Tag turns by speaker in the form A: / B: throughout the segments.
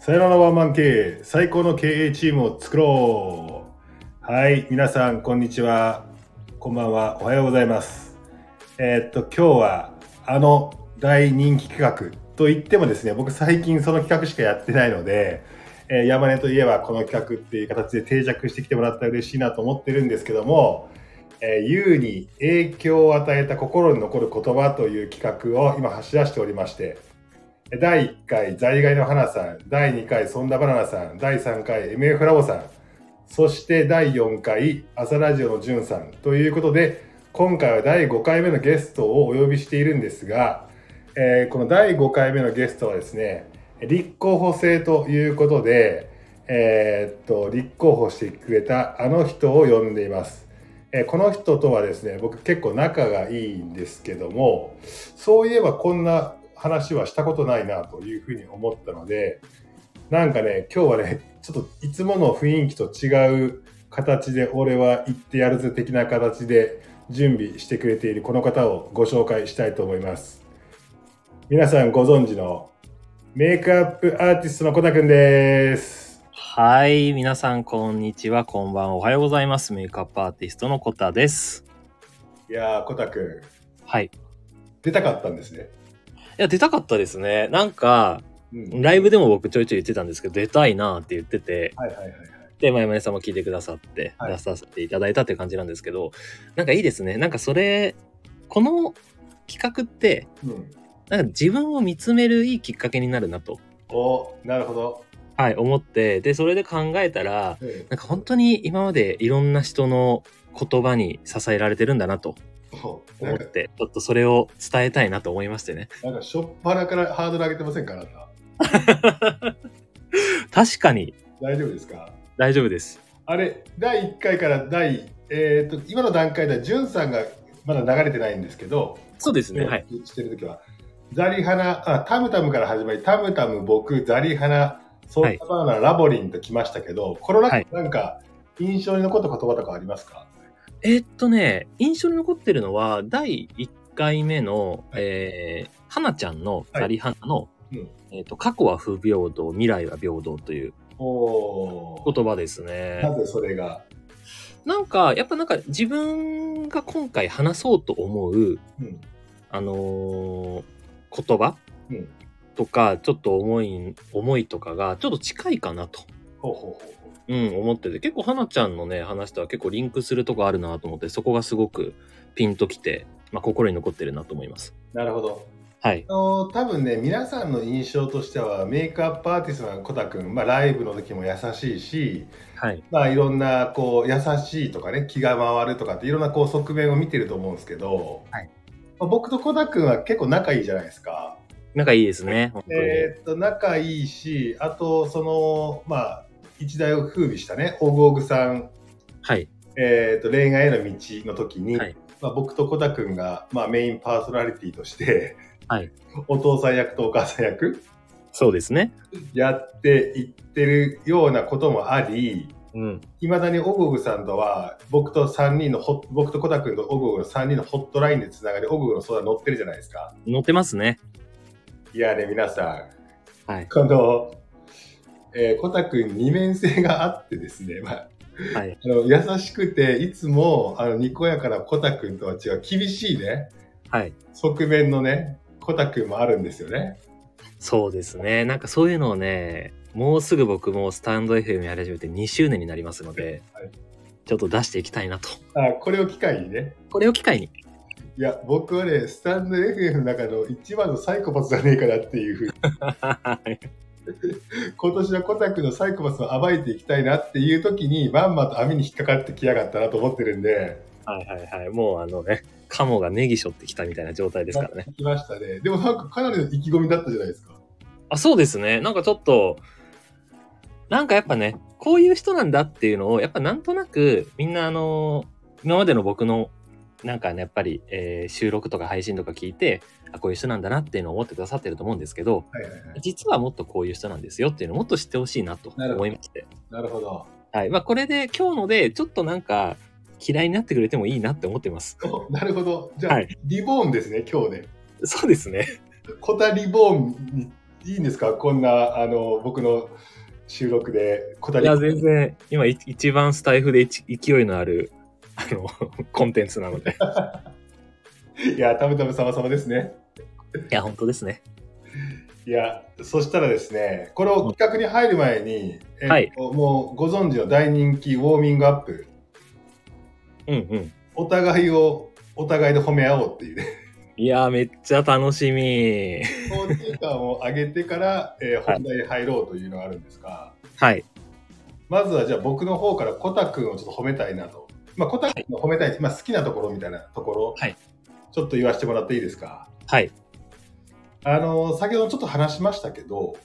A: さよならワンマン経営、最高の経営チームを作ろう。はい、皆さん、こんにちは。こんばんは。おはようございます。えーっと、今日は、あの大人気企画といってもですね、僕最近その企画しかやってないので、えー山根といえばこの企画っていう形で定着してきてもらったら嬉しいなと思ってるんですけども、えー、優に影響を与えた心に残る言葉という企画を今走らしておりまして、第1回在外の花さん、第2回そんだバナナさん、第3回 MF ラボさん、そして第4回朝ラジオのじゅんさんということで、今回は第5回目のゲストをお呼びしているんですが、えーこの第5回目のゲストはですね、立候補制ということで、えーっと、立候補してくれたあの人を呼んでいます。えーこの人とはですね、僕結構仲がいいんですけども、そういえばこんな話はしたことないなというふうに思ったので、なんかね、今日はね、ちょっといつもの雰囲気と違う形で、俺は行ってやるぜ的な形で準備してくれているこの方をご紹介したいと思います。皆さんご存知のメイクアップアーティストのコタくんです。
B: はい、皆さん、こんにちは、こんばんは、おはようございます。メイクアップアーティストのコタです。
A: いやー、コタくん、
B: はい。い
A: 出たかったんですね。
B: や、出たかったですね。なんか、
A: うん
B: ライブでも僕ちょいちょい言ってたんですけど、出たいなって言ってて、
A: はいはいはいはい。
B: で、まゆまゆさんも聞いてくださって、
A: はい
B: 出させていただいたっていう感じなんですけど、なんかいいですね。なんかそれ、この企画って、
A: うん、
B: なんか自分を見つめるいいきっかけになるなと、
A: おなるほど。
B: はい、思って、で、それで考えたら、
A: うん
B: なんか本当に今までいろんな人の言葉に支えられてるんだなと
A: そうな
B: 思
A: ん
B: っ
A: か
B: て、ちょっとそれを伝えたいなと思いましてね。
A: なんかしょっぱなからハードル上げてませんかあなた
B: 確かに
A: 大丈夫ですか
B: 大丈夫です。
A: あれ、第1回から第、えー、と今の段階では、じゅんさんがまだ流れてないんですけど、
B: そうですね。はい。
A: してる時は、ザリハナあ、タムタムから始まり、タムタム、僕、ザリハナ、ソータバーナ、ラボリンと来ましたけど、この中
B: はい
A: でなんか、印象に残った言葉とかありますか、
B: えーっとね、印象に残ってるのは、第1回目の、えー、花ちゃんの、
A: はい
B: ザリハナの、
A: うん
B: えーっと、過去は不平等、未来は平等という
A: おー
B: 言葉ですね。
A: なぜそれが、
B: なんか、やっぱなんか自分が今回話そうと思う、
A: うん
B: あのー言葉、
A: うん
B: とか、ちょっと思い、思いとかが、ちょっと近いかなと。
A: ほうほうほうほ
B: うん、思ってて、結構、花ちゃんのね、話とは結構リンクするとこあるなと思って、そこがすごくピンときて、まあ、心に残ってるなと思います。
A: うなるほど。
B: はい。
A: あの多分ね、皆さんの印象としては、メイクアップアーティストのコタ君、まあ、ライブの時も優しいし、
B: はい。
A: まあ、いろんなこう優しいとかね気が回るとかっていろんなこう側面を見てると思うんですけど、
B: はい
A: まあ僕とコダ君は結構仲いいじゃないですか。
B: 仲いいですね、本当に。
A: えーっと仲いいしあとそのまあ一代を風靡したねオグオグさん、
B: はい。
A: えーっと恋愛への道の時に、
B: はい
A: まあ、僕とコダ君が、まあ、メインパーソナリティとして、
B: はい
A: お父さん役とお母さん役
B: そうですね。
A: やっていってるようなこともあり、
B: うん。
A: いまだにオグオグさんとは僕と3人のホッ僕とコタ君とオグオグの3人のホットラインでつながりオグオグの相談乗ってるじゃないですか
B: 乗ってますね。
A: いやね皆さ
B: はい
A: ん。この、えー、コタ君二面性があってですね、まあ、
B: はい。
A: あの優しくていつもあのにこやかなコタ君とは違う厳しいね
B: はい。
A: 側面のねコタ君もあるんですよね
B: そうですね。なんかそういうのをね、もうすぐ僕もスタンド FM やり始めて2周年になりますので、
A: はい
B: ちょっと出していきたいなと。
A: あこれを機会にね
B: これを機会に。
A: いや僕はねスタンド FM の中の一番のサイコパスじゃねえかなっていうふうに
B: はい
A: 今年のコタクのサイコパスを暴いていきたいなっていう時にまんまと網に引っかかってきやがったなと思ってるんで
B: はいはい。もうあのね、カモがネギ背負ってきたみたいな状態ですからね。
A: きましたねでもなんかかなりの意気込みだったじゃないですか
B: あ、そうですね。なんかちょっと、なんかやっぱね、こういう人なんだっていうのを、やっぱなんとなく、みんなあの今までの僕の、なんかね、やっぱり、えー収録とか配信とか聞いて、あ、こういう人なんだなっていうのを思ってくださってると思うんですけど、
A: はいはいはい
B: 実はもっとこういう人なんですよっていうのをもっと知ってほしいなと
A: なるほど
B: 思いまして。
A: なるほど
B: はい。まあこれで、今日ので、ちょっとなんか、嫌いになってくれてもいいなって思ってます。
A: おなるほどじゃあ、
B: はい
A: リボーンですね今日ね
B: そうですね。
A: コタリボーンにいいんですかこんな、あの、僕の収録で、こだ
B: い
A: り。
B: や、全然、今、い一番スタイフでいち勢いのある、あの、コンテンツなので。
A: いや、たぶたぶ様々ですね。
B: いや、本当ですね。
A: いや、そしたらですね、この企画に入る前に、えっと
B: はい
A: もうご存知の大人気ウォーミングアップ、
B: うんうん。
A: お互いを、お互いで褒め合おうっていうね、
B: いや、めっちゃ楽しみ。
A: 肯定感を上げてから、えー
B: はい
A: 本題に入ろうというのがあるんですが、
B: はい。
A: まずはじゃあ僕の方からコタくんをちょっと褒めたいなと。まあ、コタくんの褒めたい、まあ好きなところみたいなところ、
B: はい
A: ちょっと言わせてもらっていいですか。
B: はい。
A: あの、先ほどちょっと話しましたけど、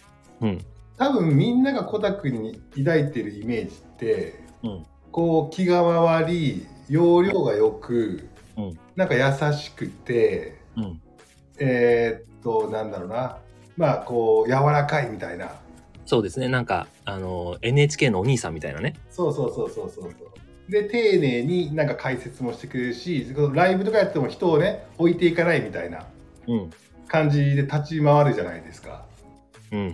B: うん。
A: 多分みんながコタくんに抱いてるイメージって、
B: うん
A: こう気が回り、容量がよく、
B: うん
A: なんか優しくて、
B: うん。
A: えーっと、なんだろうな、まあこう柔らかいみたいな。
B: そうですね。なんか、あの、NHK のお兄さんみたいなね。
A: そうそうそうそうそうそう。で丁寧になんか解説もしてくれるしこのライブとかやっても人をね置いていかないみたいな
B: うん。
A: 感じで立ち回るじゃないですか
B: うん、うん、う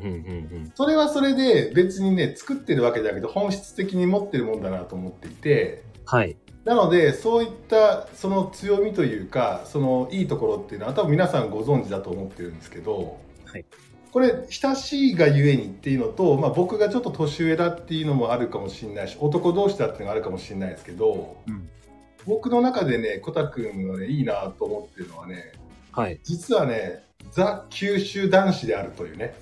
B: ん、
A: それはそれで別にね作ってるわけじゃなくて本質的に持ってるもんだなと思っていて
B: うん。はい。
A: なのでそういったその強みというかそのいいところっていうのは多分皆さんご存知だと思ってるんですけど、
B: はい
A: これ親しいがゆえにっていうのと、まあ、僕がちょっと年上だっていうのもあるかもしれないし男同士だっていうのがあるかもしれないですけど
B: うん。
A: 僕の中でねコタくんのねいいなと思ってるのはね
B: はい。
A: 実はねザ九州男子であるというね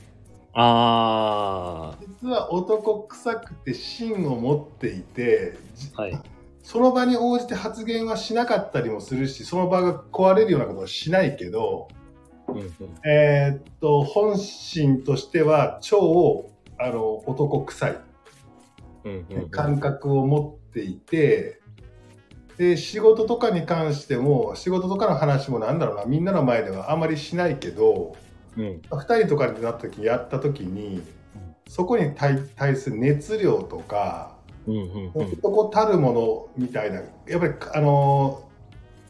B: あ
A: 実は男臭くて芯を持っていてじ
B: ー。はい。
A: その場に応じて発言はしなかったりもするしその場が壊れるようなことはしないけど、
B: うん、うん。
A: えーっと本心としては超あの男臭い
B: うん、うん。
A: 感覚を持っていて、で仕事とかに関しても仕事とかの話もなんだろうなみんなの前ではあまりしないけど
B: うん。
A: 2人とかになった時やった時にそこに対対する熱量とか
B: うん、うん、うん。
A: 男たるものみたいなやっぱりあの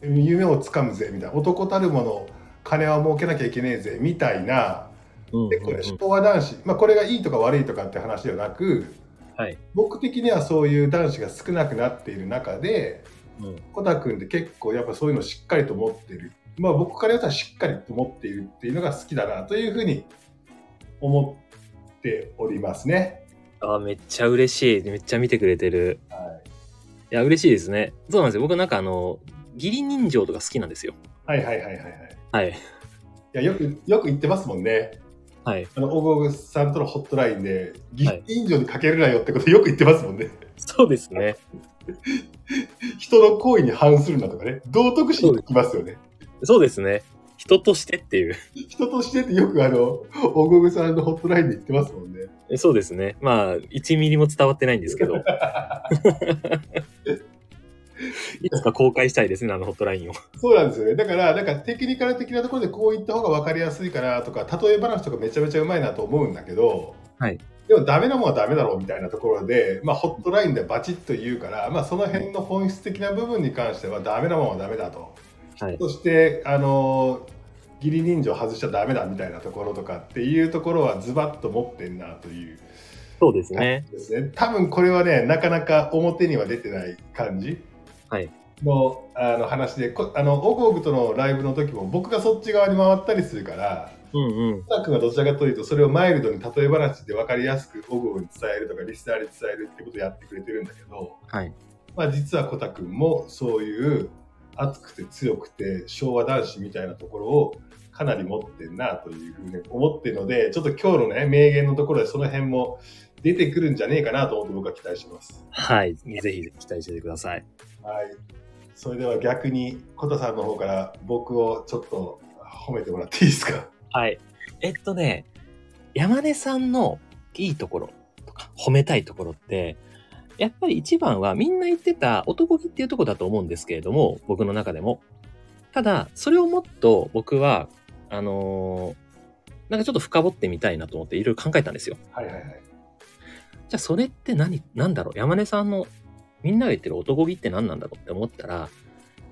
A: ー夢をつかむぜみたいな男たるもの金は儲けなきゃいけねえぜみたいな
B: うん
A: 結構ね昭和男子、まあ、これがいいとか悪いとかって話ではなく、
B: はい
A: 僕的にはそういう男子が少なくなっている中で
B: うん。
A: コタ君って結構やっぱそういうのしっかりと持ってる、まあ、僕から言うとしっかりと持っているっていうのが好きだなというふうに思っておりますね。
B: あー、めっちゃ嬉しい。めっちゃ見てくれてる。
A: はい
B: や、嬉しいですね。そうなんですよ。僕なんかあの、義理人情とか好きなんですよ。
A: い、はいはいはいはいはい。
B: はい。
A: いやよくよく言ってますもんね。
B: はい。
A: あの大久保さんとのホットラインで、ぎ
B: はい
A: 人情にかけるなよってことよく言ってますもんね。
B: そうですね。
A: 人の行為に反するなとかね、道徳心ってきますよね。
B: そうですね。人としてっていう。
A: 人としてってよくあの大久保さんのホットラインで言ってますもんね。
B: えそうですね。まあ、1ミリも伝わってないんです けど。いつか公開したいですね、あのホットラインを。
A: そうなんですよね。だから、なんかテクニカル的なところでこう言った方が分かりやすいかなとか、例え話とかめちゃめちゃうまいなと思うんだけど、
B: はい
A: でもダメなもんはダメだろうみたいなところで、まあ、ホットラインでバチッと言うから、まあ、その辺の本質的な部分に関してはダメなもんはダメだと。
B: はい。
A: そしてあの義理人情外しちゃダメだみたいなところとかっていうところはズバッと持ってんなという
B: そうです
A: 感
B: ね。
A: じですね、多分これはねなかなか表には出てない感じ
B: はい
A: の,、あの話でこあのオグオグとのライブの時も僕がそっち側に回ったりするから
B: うんうん。
A: タ君はどちらかというとそれをマイルドに例え話で分かりやすくオグオグに伝えるとかリスナーに伝えるってことをやってくれてるんだけど、
B: はい。
A: まあ、実はコタくんもそういう熱くて強くて昭和男子みたいなところをかなり持ってんなというふうに思ってるのでちょっと今日のね名言のところでその辺も出てくるんじゃねえかなと思って僕は期待してます
B: はい。ぜひ期待しててください。
A: はいそれでは逆にコタさんの方から僕をちょっと褒めてもらっていいですか
B: はい。えっとね、山根さんのいいところとか、褒めたいところって、やっぱり一番はみんな言ってた男気っていうところだと思うんですけれども、僕の中でも。ただ、それをもっと僕は、あのーなんかちょっと深掘ってみたいなと思っていろいろ考えたんですよ。
A: はいはいはい
B: じゃあそれって何、なんだろう山根さんのみんなが言ってる男気って何なんだろうって思ったら、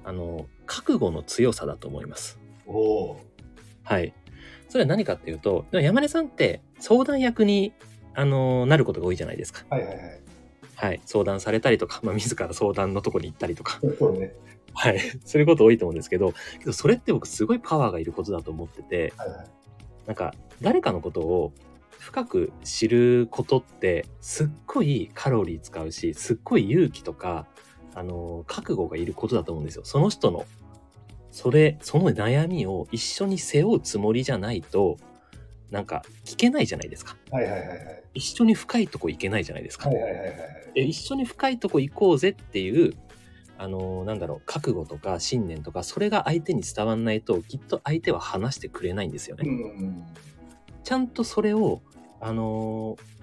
B: あのー覚悟の強さだと思います。
A: おお
B: はい。それは何かっていうと、でも山根さんって相談役に、あのなることが多いじゃないですか。
A: はいはいはい。
B: はい。相談されたりとか、まあ、自ら相談のとこに行ったりとか、
A: そうね。
B: はい。そういうこと多いと思うんですけど、けどそれって僕すごいパワーがいることだと思ってて、
A: はいはい。
B: なんか誰かのことを深く知ることってすっごいカロリー使うしすっごい勇気とかあの覚悟がいることだと思うんですよその人のそれその悩みを一緒に背負うつもりじゃないとなんか聞けないじゃないですか
A: はいはいはいはい。
B: 一緒に深いとこ行けないじゃないですか、
A: はいはいはいはい。
B: で一緒に深いとこ行こうぜっていうあのなんだろう覚悟とか信念とかそれが相手に伝わんないときっと相手は話してくれないんですよね、
A: うん。
B: ちゃんとそれを、あのー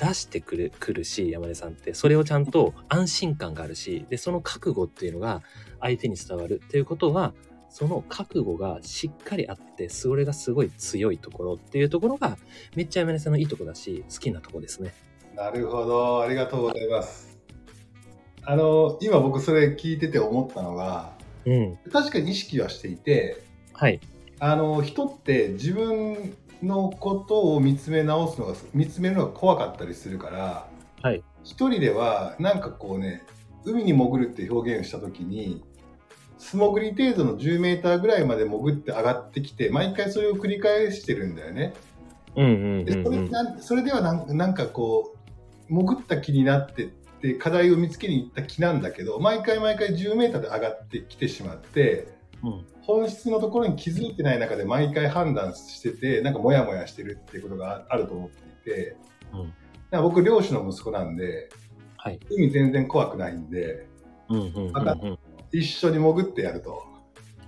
B: 出してくるくるし山根さんってそれをちゃんと安心感があるしでその覚悟っていうのが相手に伝わるっていうことはその覚悟がしっかりあってそれがすごい強いところっていうところがめっちゃ山根さんのいいとこだし好きなとこですね。
A: なるほど。ありがとうございます。あの、今僕それ聞いてて思ったのが、
B: うん、
A: 確かに意識はしていて、
B: はい、
A: あの、人って自分のことを見つめ直すのが、見つめるのが怖かったりするから、
B: はい、
A: 一人ではなんかこうね海に潜るって表現をした時に素潜り程度の10メーターぐらいまで潜って上がってきて毎回それを繰り返してるんだよね。
B: うんうん
A: で
B: うん
A: それ
B: うん
A: なんそれではなんなんかこう潜った気になってって課題を見つけに行った気なんだけど毎回毎回10メーターで上がってきてしまって
B: うん
A: 本質のところに気づいてない中で毎回判断しててなんかモヤモヤしてるっていうことがああると思っていて、
B: うん
A: なんか僕漁師の息子なんで
B: はい
A: 海全然怖くないんで
B: うんうんうんうん
A: 一緒に潜ってやると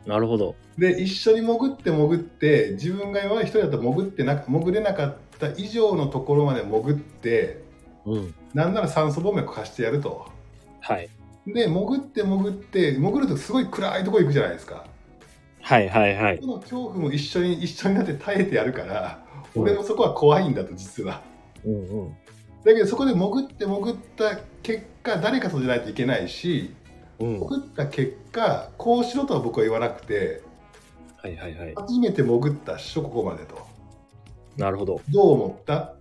B: なるほど。
A: で一緒に潜って潜って自分が今まで一人だと潜ってな潜れなかった以上のところまで潜って
B: うん、
A: なんなら酸素ボンベ貸してやると
B: はい
A: で潜って潜って潜るとすごい暗いとこ行くじゃないですか
B: はいはいはい
A: こ。の恐怖も一緒に一緒になって耐えてやるから俺もそこは怖いんだと実は
B: うんうん
A: だけどそこで潜って潜った結果誰かとじゃないといけないし
B: うん、は
A: 潜った結果こうしろとは僕は言わなくて
B: いはいはい。
A: 初めて潜ったっしょここまでと
B: なるほど。
A: どう思ったっ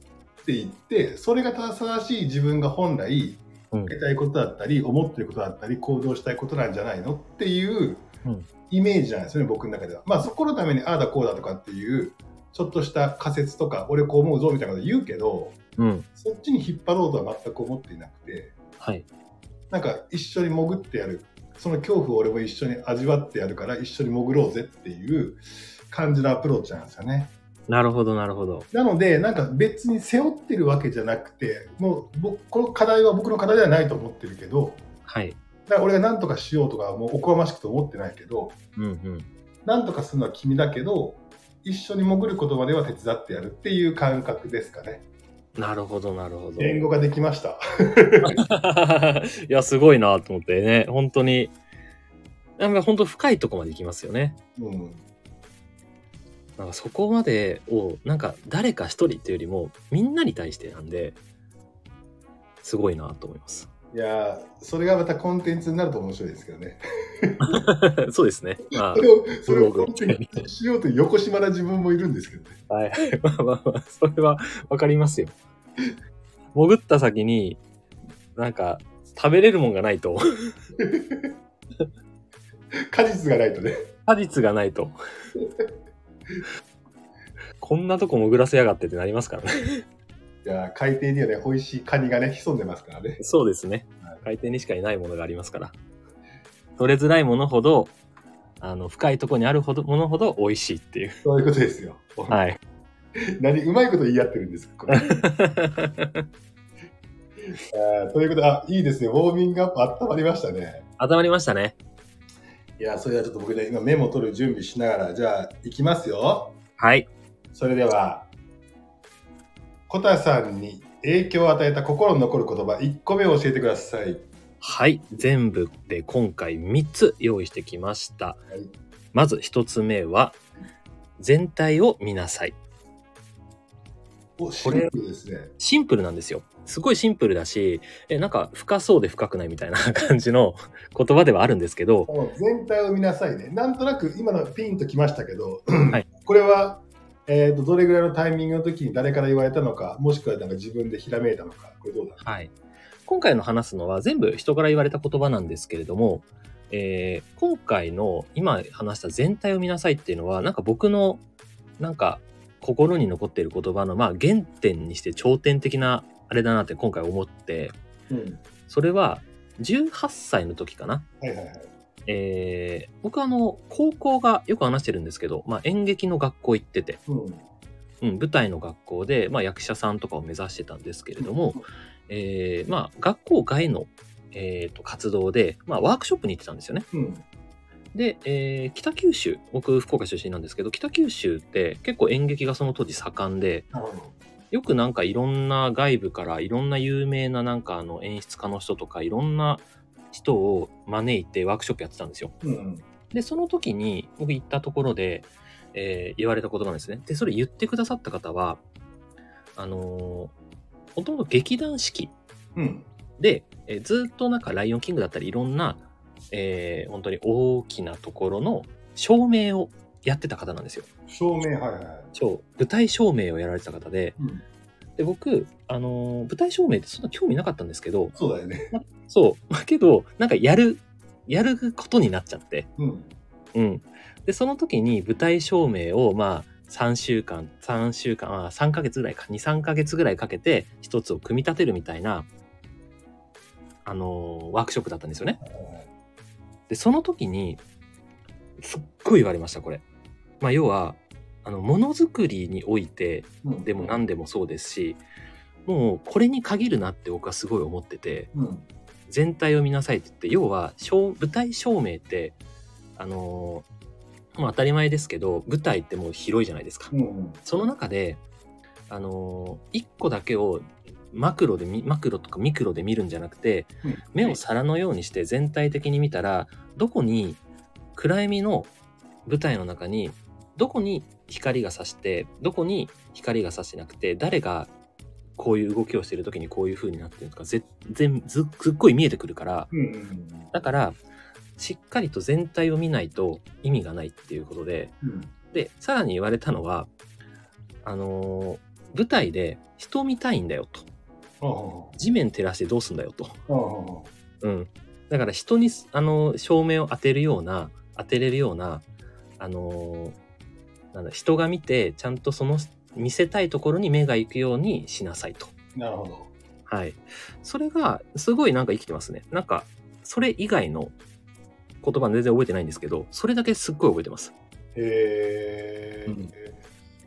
A: て言ってそれが正しい自分が本来
B: うん
A: やりたいことだったり思ってることだったり行動したいことなんじゃないのっていう
B: うん
A: イメージなんですよね僕の中では。まあそこのためにああだこうだとかっていうちょっとした仮説とか俺こう思うぞみたいなこと言うけど
B: うん、
A: そっちに引っ張ろうとは全く思っていなくて
B: はい
A: なんか一緒に潜ってやるその恐怖を俺も一緒に味わってやるから一緒に潜ろうぜっていう感じのアプローチなんですよね。
B: なるほどなるほど。
A: なので、なんか別に背負ってるわけじゃなくて、もう僕この課題は僕の課題ではないと思ってるけど、
B: はい。
A: だから俺が何とかしようとかはもうおこがましくと思ってないけど、
B: うんうん。
A: 何とかするのは君だけど、一緒に潜ることまでは手伝ってやるっていう感覚ですかね。
B: なるほど、なるほど。
A: 言語ができました。
B: いや、すごいなと思ってね。本当に。なんか本当深いとこまで行きますよね。
A: うん。
B: なんかそこまでを、なんか誰か一人っていうよりも、みんなに対してなんで、すごいなと思います。
A: いやーそれがまたコンテンツになると面白いですけどね。
B: そうですね。ま
A: それを、それを
B: ブロ
A: コ
B: グ
A: ンテンツにしようという横島な自分もいるんですけどね。
B: あ、はい。 まあまあまあ、それはわかりますよ。潜った先に、なんか、食べれるもんがないと、
A: 果実がないとね。
B: 果実がない と。こんなとこ潜らせやがってってなりますからね。
A: いやー海底にはね、美味しいカニがね、潜んでますからね。
B: そうですね
A: は。
B: 海底にしかいないものがありますから。取れづらいものほど、あの、深いとこにあるほど、ものほど美味しいっていう。
A: そういうことですよ。
B: はい。
A: 何うまいこと言い合ってるんですかこ れあーということであいいですねウォーミングアップあったまりましたね
B: 温まりましたね。
A: いやそれではちょっと僕ね今メモ取る準備しながらじゃあ行きますよ
B: はい。
A: それではコタさんに影響を与えた心に残る言葉1個目を教えてください
B: はい。全部で今回3つ用意してきました。
A: い
B: まず1つ目は、全体を見なさい。
A: おシンプルですね
B: シンプルなんですよ。すごいシンプルだし、え、なんか深そうで深くないみたいな 感じの言葉ではあるんですけ ど、
A: この全体を見なさいねなんとなく今のピンときましたけど、
B: はい
A: これはえー、とどれぐらいのタイミングの時に誰から言われたのか、もしくはなんか自分でひらめいたのか、これどうだろ
B: はい。今回の話すのは全部人から言われた言葉なんですけれども、えー今回の今話した全体を見なさいっていうのは、なんか僕のなんか心に残っている言葉のまあ原点にして頂点的なあれだなって今回思って、
A: う。うん。
B: それは18歳の時かな。
A: はいはいはい。
B: えー僕はあの、高校がよく話してるんですけど、まあ演劇の学校行ってて、
A: うん。
B: うん、舞台の学校で、まあ役者さんとかを目指してたんですけれども、えーまあ、学校外の、えーと活動で、まあ、ワークショップに行ってたんですよね。
A: うん。
B: で、えー北九州、僕、福岡出身なんですけど、北九州って結構演劇がその当時盛んで、
A: なるほど。
B: よくなんかいろんな外部からいろんな有名ななんかあの演出家の人とかいろんな人を招いてワークショップやってたんですよ。
A: うん。
B: で、その時に僕行ったところで、えー言われた言葉なんですね。で、それ言ってくださった方は、あのー、ほとんど劇団四季
A: うん。
B: で、えーずっとなんか「ライオンキング」だったりいろんな、えー本当に大きなところの照明をやってた方なんですよ。
A: 照明、はいはいはい。
B: そう舞台照明をやられてた方で
A: うん。
B: で僕、あのー舞台照明ってそんな興味なかったんですけど
A: そうだよね。
B: そう まあけどなんかやるやることになっちゃって、
A: うん。
B: うん、でその時に舞台照明をまあ3週間3週間あ3ヶ月ぐらいか23ヶ月ぐらいかけて一つを組み立てるみたいな、あのーワークショップだったんですよね。
A: はいはいはい
B: で、その時に、すっごい言われました、これ。まあ、要は、あの、ものづくりにおいて、
A: うん
B: でも何でもそうですし、もう、これに限るなって僕はすごい思ってて、
A: うん。
B: 全体を見なさいって言って、要は、照舞台照明って、あのーまあ、当たり前ですけど、舞台ってもう広いじゃないですか
A: う。ん。
B: その中で、あのー一個だけをマクロで見、マクロとかミクロで見るんじゃなくて、
A: うん
B: 目を皿のようにして全体的に見たら、どこに暗闇の舞台の中に、どこに光が差して、どこに光が差してなくて、誰がこういう動きをしてる時にこういう風になってるとか、ぜ全ずすっごい見えてくるから、
A: うん。うん。
B: だから、しっかりと全体を見ないと意味がないっていうことで、
A: うん。
B: で、さらに言われたのは、あのー舞台で人見たいんだよと。
A: ああ。
B: 地面照らしてどうすんだよと。
A: ああ。
B: うん。だから人にす、あのー照明を当てるような、当てれるような、あのーなんだ、人が見て、ちゃんとその、見せたいところに目が行くようにしなさいと。
A: なるほど。
B: はい。それが、すごいなんか生きてますね。なんか、それ以外の言葉全然覚えてないんですけど、それだけすっごい覚えてます。
A: へえ、
B: うん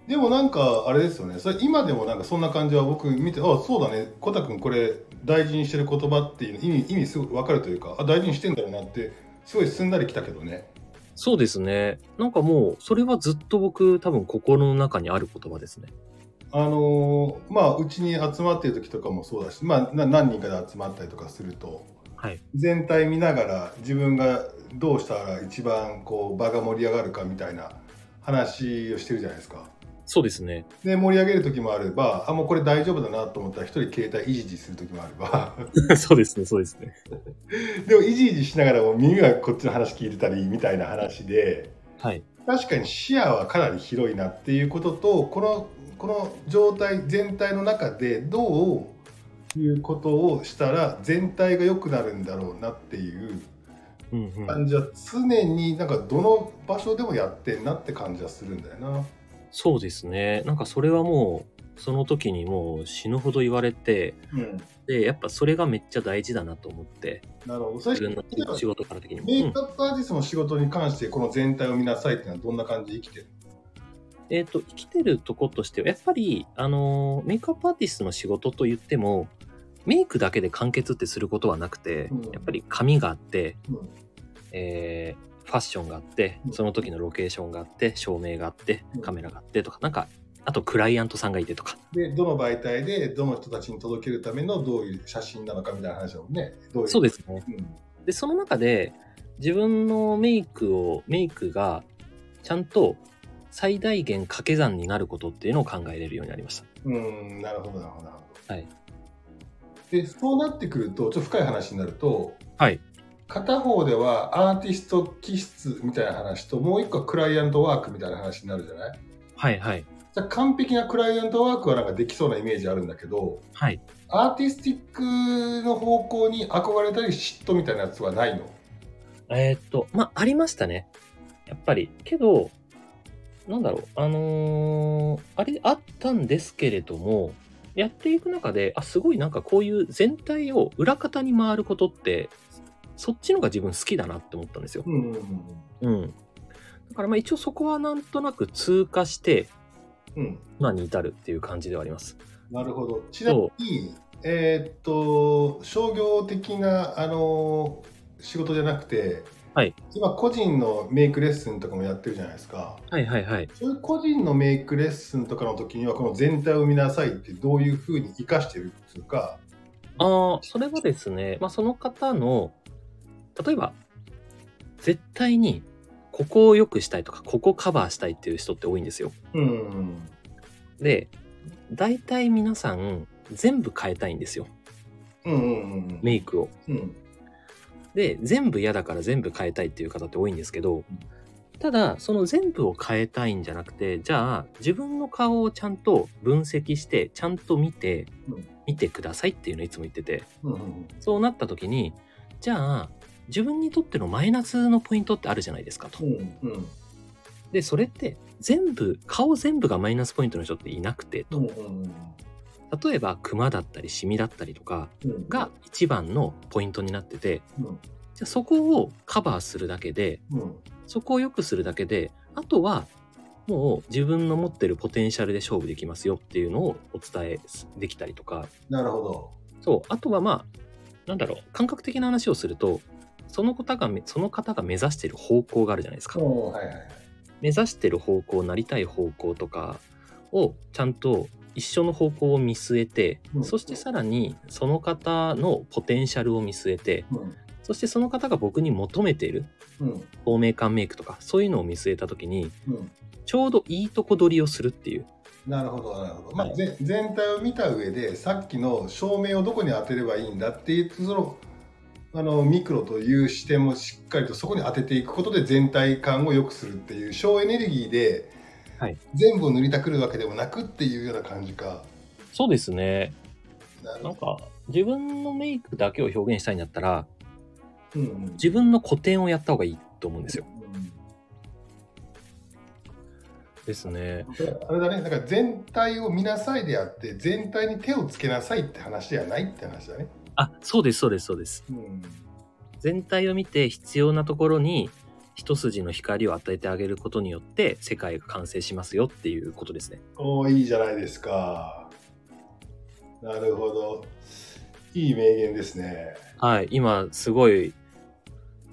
A: でもなんかあれですよねそれ今でもなんかそんな感じは僕見てあそうだねコタくんこれ大事にしてる言葉っていう意味意味すごく分かるというかあ大事にしてんだろうなってすごいすんなりきたけどね
B: そうですね。なんかもう、それはずっと僕、多分心の中にある言葉ですね。
A: あのーまあうちに集まってる時とかもそうだし、まあ、な何人かで集まったりとかすると
B: はい。
A: 全体見ながら自分がどうしたら一番こう場が盛り上がるかみたいな話をしてるじゃないですか。
B: そうです ね。
A: で盛り上げる時もあればあもうこれ大丈夫だなと思ったら一人携帯いじいじする時もあれば
B: そうですね、そうですね。
A: でもいじいじしながらも耳がこっちの話聞いてたりみたいな話で
B: はい。
A: 確かに視野はかなり広いなっていうこととこのこの状態全体の中でどういうことをしたら全体が良くなるんだろうなっていう
B: うんうん、
A: 感じは常になんかどの場所でもやってんなって感じはするんだよな。
B: そうですね。なんかそれはもう、その時にもう死ぬほど言われて、
A: うん、
B: で、やっぱそれがめっちゃ大事だなと思って、
A: なるほどそれ
B: 自分の仕事から的にも。
A: メイ
B: うん
A: クアップアーティストの仕事に関してこの全体を見なさいっていうのはどんな感じで生きてる
B: えっ、と、生きてるとことしては、やっぱり、あのーメイクアップアーティストの仕事と言っても、メイクだけで完結ってすることはなくて、
A: うん
B: やっぱり髪があって、
A: の、
B: えーファッションがあって
A: うん
B: その時のロケーションがあって照明があって
A: うん
B: カメラがあってとかなんかあとクライアントさんがいてとか
A: でどの媒体でどの人たちに届けるためのどういう写真なのかみたいな話だもんね。どういう
B: そう
A: で
B: ですねでその中で自分のメイクをメイクがちゃんと最大限掛け算になることっていうのを考えれるようになりました
A: うん、うんなるほどなるほどなるほど。
B: はい
A: でそうなってくるとちょっと深い話になると
B: はい
A: 片方ではアーティスト気質みたいな話ともう一個はクライアントワークみたいな話になるじゃない
B: はいはい
A: じゃあ完璧なクライアントワークはなんかできそうなイメージあるんだけど、
B: はい。
A: アーティスティックの方向に憧れたり嫉妬みたいなやつはないの
B: えーっと、まあ、ありましたね。やっぱり。けど、なんだろう、あのーあれ、あったんですけれども、やっていく中で、あ、すごいなんかこういう全体を裏方に回ることって、そっちのが自分好きだなって思ったんですよ。
A: うんうん
B: うん。だからまあ一応そこはなんとなく通過し
A: う
B: て、
A: んうん。
B: 今に至るっていう感じではあります。
A: なるほど。ちなみに、えーっと、商業的な、あのー仕事じゃなくて、
B: はい
A: 今、個人のメイクレッスンとかもやってるじゃないですか。
B: はいはいはい。
A: そういう個人のメイクレッスンとかの時には、この全体を見なさいって、どういうふうに活かしてるっていうか、
B: ああ、それはですね、まあ、その方の、例えば、絶対に、ここを良くしたいとか、ここカバーしたいっていう人って多いんですよ。
A: うん。
B: で、大体皆さん、全部変えたいんですよ。
A: うんうんうん
B: メイクを。
A: うん。
B: で、全部嫌だから全部変えたいっていう方って多いんですけど、ただ、その全部を変えたいんじゃなくて、じゃあ、自分の顔をちゃんと分析して、ちゃんと見て
A: うん、
B: 見てくださいっていうのをいつも言ってて、
A: うんうん
B: そうなった時に、じゃあ、自分にとってのマイナスのポイントってあるじゃないですかと
A: う。んうんうん
B: で、それって全部、顔全部がマイナスポイントの人っていなくて、
A: うんうん
B: 例えばクマだったりシミだったりとか
A: うん
B: が一番のポイントになってて、
A: うん
B: じゃあそこをカバーするだけで、
A: うん
B: そこを良くするだけで、あとはもう自分の持ってるポテンシャルで勝負できますよっていうのをお伝えできたりとか、
A: なるほど。
B: そう、あとはまあ、なんだろう、感覚的な話をすると、その方がめ、その方が目指してる方向があるじゃないですか。
A: おーはいはいはい。
B: 目指してる方向、なりたい方向とかを、ちゃんと一緒の方向を見据えて、
A: うん
B: そしてさらに、その方のポテンシャルを見据えて、
A: うん
B: そしてその方が僕に求めている
A: うん
B: 透明感メイクとか、そういうのを見据えたときに、
A: うん。
B: ちょうどいいとこ取りをするっていう。
A: なるほどなるほど。ま
B: は
A: あ
B: い
A: ぜ全体を見た上でさっきの照明をどこに当てればいいんだっていうそのあのミクロという視点もしっかりとそこに当てていくことで全体感を良くするっていう省エネルギーで
B: はい
A: 全部を塗りたくるわけでもなくっていうような感じか。
B: そうですね。
A: なる
B: なん
A: ほ
B: か、自分のメイクだけを表現したいんだったら、
A: ど。うんうん
B: 自分の個展をやった方がいいと思うんですよ。
A: うん
B: ですね。
A: あれだね、なんか全体を見なさいであって、全体に手をつけなさいって話ではないって話だね。
B: あ、そうです、そうです、そうです。
A: うん、
B: 全体を見て必要なところに一筋の光を与えてあげることによって世界が完成しますよっていうことですね。
A: おお、いいじゃないですか。なるほど。いい名言ですね。
B: はい。今、すごい、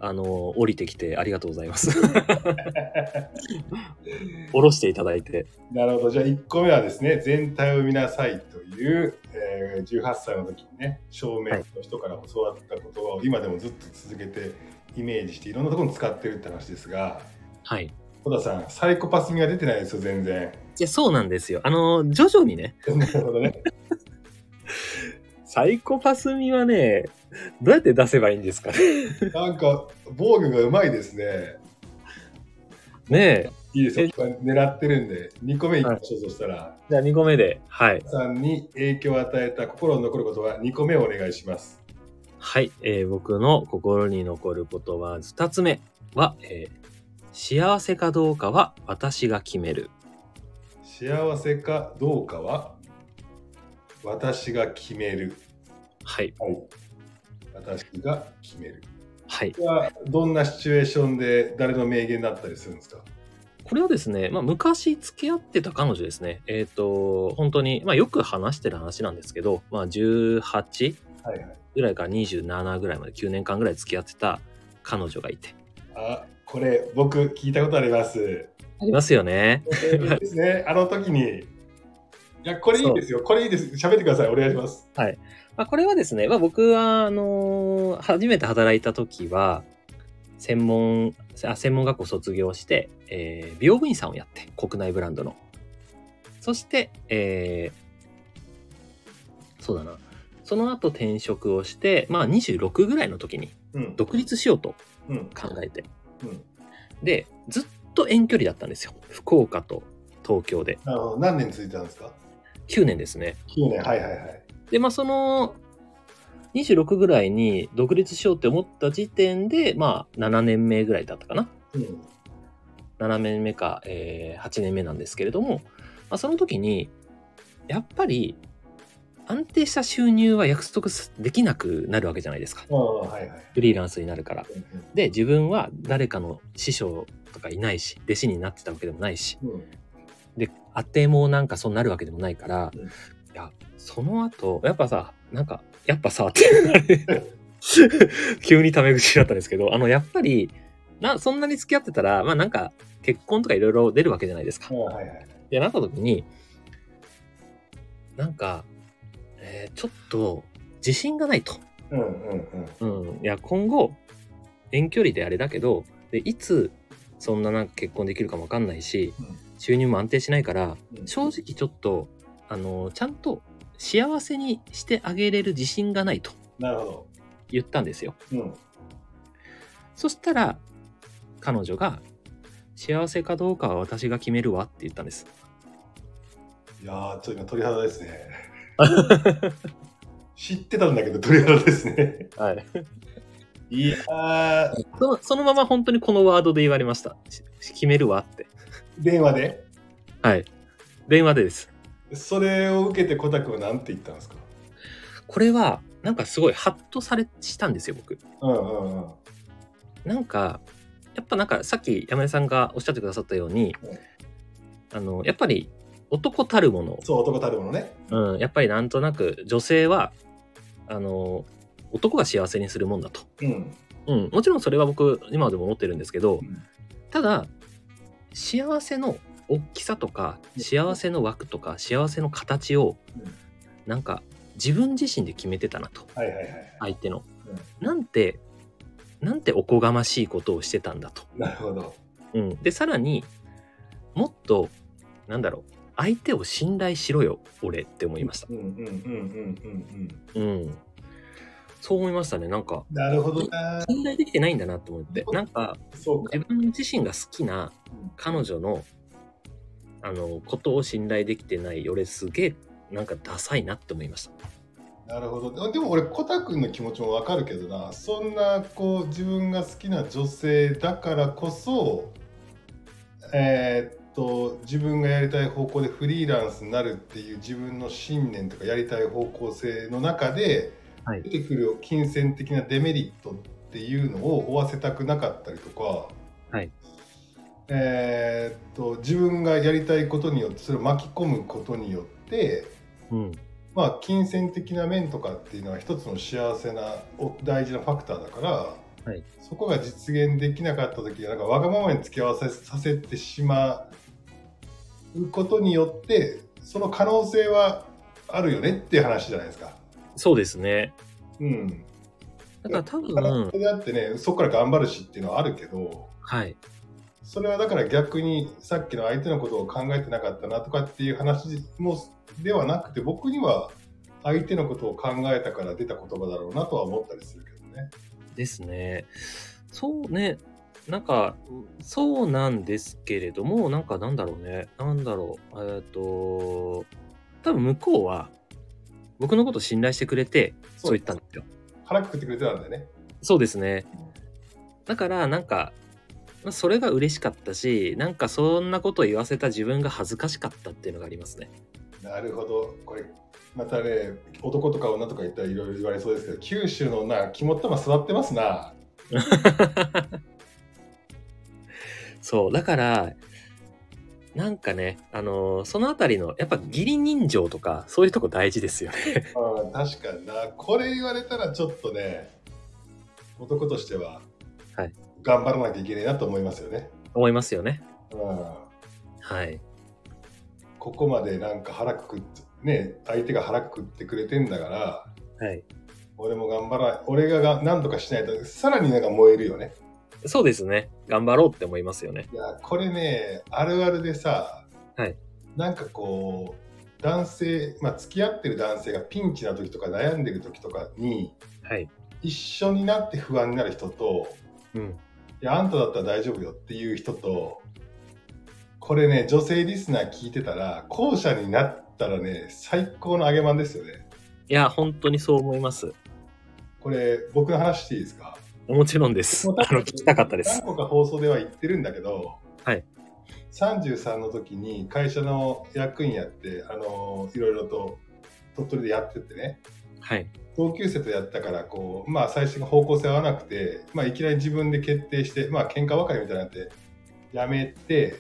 B: あの、降りてきてありがとうござい ます。降ろしていただいて。
A: なるほど。じゃあ1個目はですね、全体を見なさいという、えー18歳の時にね、照明の人から教わった言葉を今でもずっと続けてイメージしていろんなところに使ってるって話ですが、
B: はい。
A: 小田さん、サイコパス味が出てないですよ、全然。
B: いや、そうなんですよ。あの、徐々にね、
A: なるほどね。
B: サイコパス味はね、どうやって出せばいいんですか ね。
A: なんか防御がうまいですね。
B: ねえ。
A: いいですよ。狙ってるんで、2個目いきましょう、そしたら。
B: じゃあ2個目で。はい。
A: さんに影響を与えた心に残ることは2個目お願いします。
B: はい、えー僕の心に残ることは二つ目は、えー幸せかどうかは私が決める。
A: 幸せかどうかは私が決める。
B: はい、
A: はい。私が決める。
B: はい。
A: これはどんなシチュエーションで誰の名言だったりするんですか
B: これはですね、まあ、昔付き合ってた彼女ですね。えっ、と、本当に、まあ、よく話してる話なんですけど、まあ、18
A: はいはい。
B: ぐらいから27ぐらいまで9年間ぐらい付き合ってた彼女がいて。
A: あ、これ僕聞いたことあり ます。
B: ありますよね。
A: いいですね。あの時に。いや、これいいですよ。これいいです。喋ってください。お願いします。
B: まあ、これはですね、まあ、僕は、あのー初めて働いた時は、専門、あ専門学校卒業して、えー美容部員さんをやって、国内ブランドの。そして、えーそうだな。その後転職をして、まあ26ぐらいの時に
A: うん。
B: 独立しようと
A: うん。
B: 考えて。
A: うん
B: で、ずっと遠距離だったんですよ。福岡と東京で。
A: なるほど何年続いたんですか
B: 9年ですね。
A: ?9 年。はいはいはい。
B: で、まあ、その、26ぐらいに独立しようって思った時点で、まあ、7年目ぐらいだったかな。
A: うん。
B: 7年目か、えー8年目なんですけれども、まあ、その時に、やっぱり、安定した収入は約束すできなくなるわけじゃないですか。
A: ああ、はいはい。
B: フリーランスになるから。で、自分は誰かの師匠とかいないし、弟子になってたわけでもないし、
A: うん。
B: で、あてもなんかそうなるわけでもないから、
A: うん
B: いや、その後、やっぱさ、なんか、やっぱさ、って、急にタメ口だったんですけど、あの、やっぱり、な、そんなに付き合ってたら、まあなんか、結婚とかいろいろ出るわけじゃないですか
A: ああ、。はいはい。
B: で、なった時に、なんか、えーちょっと、自信がないと。
A: うんうんうん。
B: うん、いや今後遠距離であれだけどでいつそんななんか結婚できるかもわかんないし、
A: うん
B: 収入も安定しないから
A: うん
B: 正直ちょっとあのちゃんと幸せにしてあげれる自信がないと
A: なるほど。
B: 言ったんですよ
A: うん。
B: そしたら彼女が「幸せかどうかは私が決めるわ」って言ったんです
A: いやー、ちょっと今鳥肌ですね。 知ってたんだけど鳥肌ですね。
B: はい
A: いやー、
B: そのそのまま本当にこのワードで言われましたし決めるわって
A: 電話で
B: はい電話でです
A: それを受けてコタくんは何て言ったんですか
B: これはなんかすごいハッとされしたんですよ僕
A: うんうんうん。
B: なんかやっぱなんかさっき山根さんがおっしゃってくださったように、
A: うん
B: あのやっぱり男たるもの、
A: そう、男たるものね。
B: うん、やっぱりなんとなく女性はあの男が幸せにするもんだと、
A: うん。
B: うん、もちろんそれは僕今でも思ってるんですけ
A: う
B: ど
A: ん
B: ただ幸せの大きさとか幸せの枠とか幸せの形を
A: うん
B: なんか自分自身で決めてたなと
A: はいはいはい。
B: 相手の。なんてなんておこがましいことをしてたんだと。
A: なるほど。
B: うん、でさらにもっとなんだろう相手を信頼しろよ俺って思いました、
A: うんうんうんうんうん
B: うん、そう思いましたねなんか
A: うん。なるほどなー。
B: 信頼できてないんだなって思ってなんか
A: そうか。
B: 自分自身が好きな彼女のあのことを信頼できてない俺すげえなんかダサいなって思いました
A: なるほど。でも俺、コタくんの気持ちもわかるけどな、そんなこう自分が好きな女性だからこそ、えーっと、自分がやりたい方向でフリーランスになるっていう自分の信念とかやりたい方向性の中で、
B: はい
A: 出てくる金銭的なデメリットっていうのを負わせたくなかったりとか、
B: はい
A: えーっと、自分がやりたいことによって、それを巻き込むことによって、
B: うん
A: まあ、金銭的な面とかっていうのは一つの幸せなお大事なファクターだから、
B: はい
A: そこが実現できなかった時なんかわがままに付き合わせさせてしまうことによってその可能性はあるよねっていう話じゃないですか。
B: そうですね
A: うん、
B: だから多
A: 可能
B: 分
A: 性であってねそこから頑張るしっていうのはあるけど
B: はい
A: それはだから逆にさっきの相手のことを考えてなかったなとかっていう話もではなくて僕には相手のことを考えたから出た言葉だろうなとは思ったりするけどね。
B: ですね。そうね。なんか、そうなんですけれども、なんかなんだろうね。なんだろう。えっと、多分向こうは、僕のこと信頼してくれて、そう言ったんですよ。
A: 腹くくってくれてたんだよね。
B: そうですね。だから、なんか、まあそれが嬉しかったし、なんかそんなことを言わせた自分が恥ずかしかったっていうのがありますね。
A: なるほど。これまたね男とか女とか言ったらいろいろ言われそうですけど九州の女は肝っ玉座ってますな。
B: そう。だから、なんかね、あのーそのあたりの、やっぱ義理人情とか、そういうとこ大事ですよね。
A: うん確かになこれ言われたらちょっとね男としては
B: はい
A: 頑張らなきゃいけないなと思いますよね。
B: 思いますよね。
A: うん
B: はい。
A: ここまでなんか腹くくってね相手が腹くくってくれてんだから
B: はい。
A: 俺も頑張らない俺がが何とかしないとさらになんか燃えるよね
B: そうですね。頑張ろうって思いますよね。
A: いやこれねあるあるでさ、
B: はい
A: なんかこう男性まあ付き合ってる男性がピンチな時とか悩んでる時とかに
B: はい。
A: 一緒になって不安になる人と
B: うん。
A: いやあんただったら大丈夫よっていう人とこれね、女性リスナー聞いてたら、後者になったらね、最高の揚げまんですよね。
B: いや、本当にそう思います。
A: これ、僕の話していいですか
B: もちろんです。
A: もう多
B: あ
A: 分
B: の、聞きたかったです
A: 何。個か放送では言ってるんだけど、
B: はい、
A: 33の時に会社の役員やって、あのいろいろと鳥取でやってってね、
B: はい。
A: 同級生とやったからこう、まあ、最初の方向性合わなくて、まあ、いきなり自分で決定して、まあ喧嘩別れみたいになって、やめて、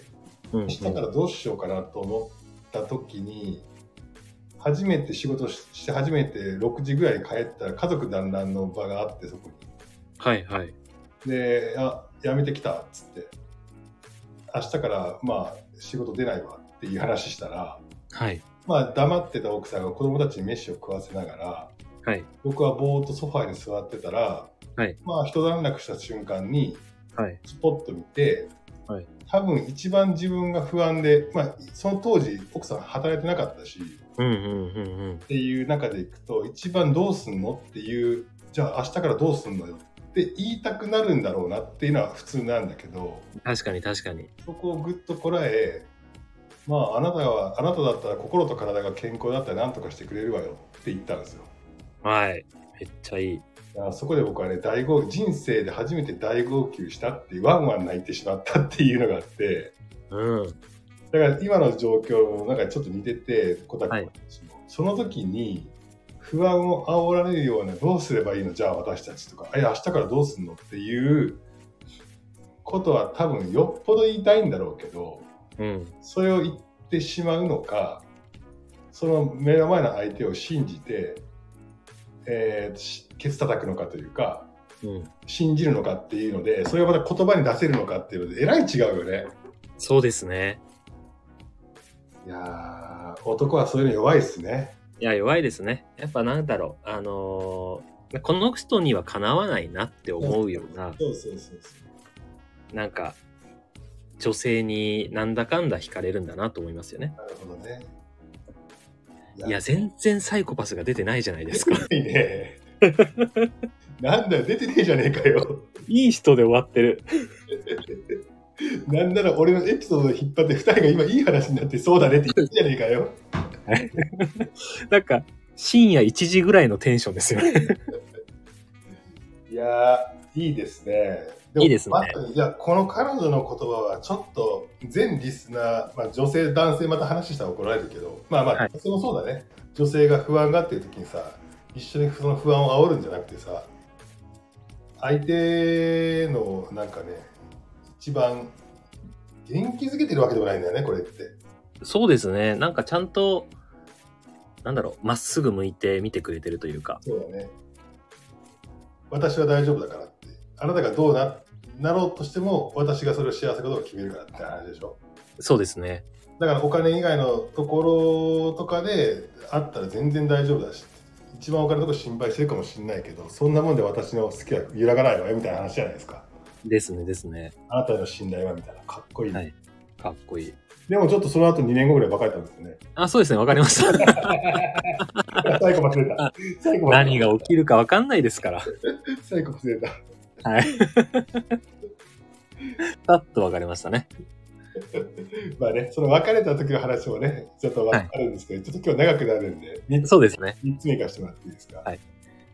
B: うん、うん。
A: 明日からどうしようかなと思った時に、初めて仕事しして初めて6時ぐらいに帰ったら家族団らんの場があってそこに。
B: はい、はい。
A: で、あ、辞めてきたっつって、明日からまあ仕事出ないわっていう話したら、
B: はい。
A: まあ黙ってた奥さんが子供たちに飯を食わせながら、
B: はい。
A: 僕はぼーっとソファーに座ってたら、
B: はい
A: まあ一段落した瞬間に、
B: はい。
A: スポッと見て、
B: はい
A: 多分一番自分が不安で、まあその当時奥さん働いてなかったし、
B: うん、うん、うん、うん
A: っ。ていう中でいくと一番どうすんのっていうじゃあ明日からどうすんのよって言いたくなるんだろうなっていうのは普通なんだけど
B: 確かに、確かに。
A: そこをぐっとこらえまああなたはあなただったら心と体が健康だったら何とかしてくれるわよって言ったんですよ。
B: はい。めっちゃいい。
A: だからそこで僕はね大号人生で初めて大号泣したっていうワンワン泣いてしまったっていうのがあって
B: うん。
A: だから今の状況もなんかちょっと似てて小田君
B: はい
A: その時に不安を煽られるようなどうすればいいのじゃあ私たちとかあいや明日からどうすんのっていうことは多分よっぽど言いたいんだろうけど
B: うん。
A: それを言ってしまうのかその目の前の相手を信じて、えーしケツ叩くのかというか
B: うん。
A: 信じるのかっていうのでそれをまた言葉に出せるのかっていうのでえらい違うよね。
B: そうですね。
A: いやー男はそういうの弱いですね。
B: いや、弱いですね。やっぱなんだろう。あのーこの人にはかなわないなって思うような、
A: そうそうそうそう
B: なんか、女性になんだかんだ惹かれるんだなと思いますよね。
A: なるほどね。
B: いや、全然サイコパスが出てないじゃないですか。
A: いいね。なんだよ、出てねえじゃねえかよ。
B: いい人で終わってる。
A: なんなら俺のエピソードを引っ張って、二人が今いい話になって、そうだねって言ってんじゃねえかよ。
B: なんか、深夜1時ぐらいのテンションですよね。
A: いやー、いいですね。も
B: いいですね
A: まさにじゃあ、この彼女の言葉は、ちょっと全リスナー、まあ、女性、男性、また話したら怒られるけど、まあまあ、
B: はい
A: それもそうだね。女性が不安がっていう時にさ、一緒にその不安を煽るんじゃなくてさ、相手のなんかね、一番元気づけてるわけでもないんだよね、これって。
B: そうですね。なんかちゃんと、なんだろう、まっすぐ向いて見てくれてるというか。
A: そうだね。私は大丈夫だからって。あなたがどうななろうとしても、私がそれを幸せかどうか決めるからって話でしょ。
B: そうですね。
A: だからお金以外のところとかであったら全然大丈夫だし、一番お金のとこ心配してるかもしれないけど、そんなもんで私の好きは揺らがないわよみたいな話じゃないですか。
B: ですね、ですね。
A: あなたへの信頼はみたいな、かっこいい。
B: はいかっこいい。
A: でもちょっとその後2年後ぐらい別れたんですよね。
B: あ、そうですね、わかりま した。
A: 最後忘れた。最後
B: 何
A: 忘れ
B: が起きるかわかんないですから。
A: た。最後忘れた。
B: はい。さっとわかりましたね。
A: まあね、その別れた時の話もね、ちょっとわかるんですけど、ちょっと今日長くなるんで、3つ
B: そうですね。
A: 三つ目いかしてもらっていいですか。
B: はい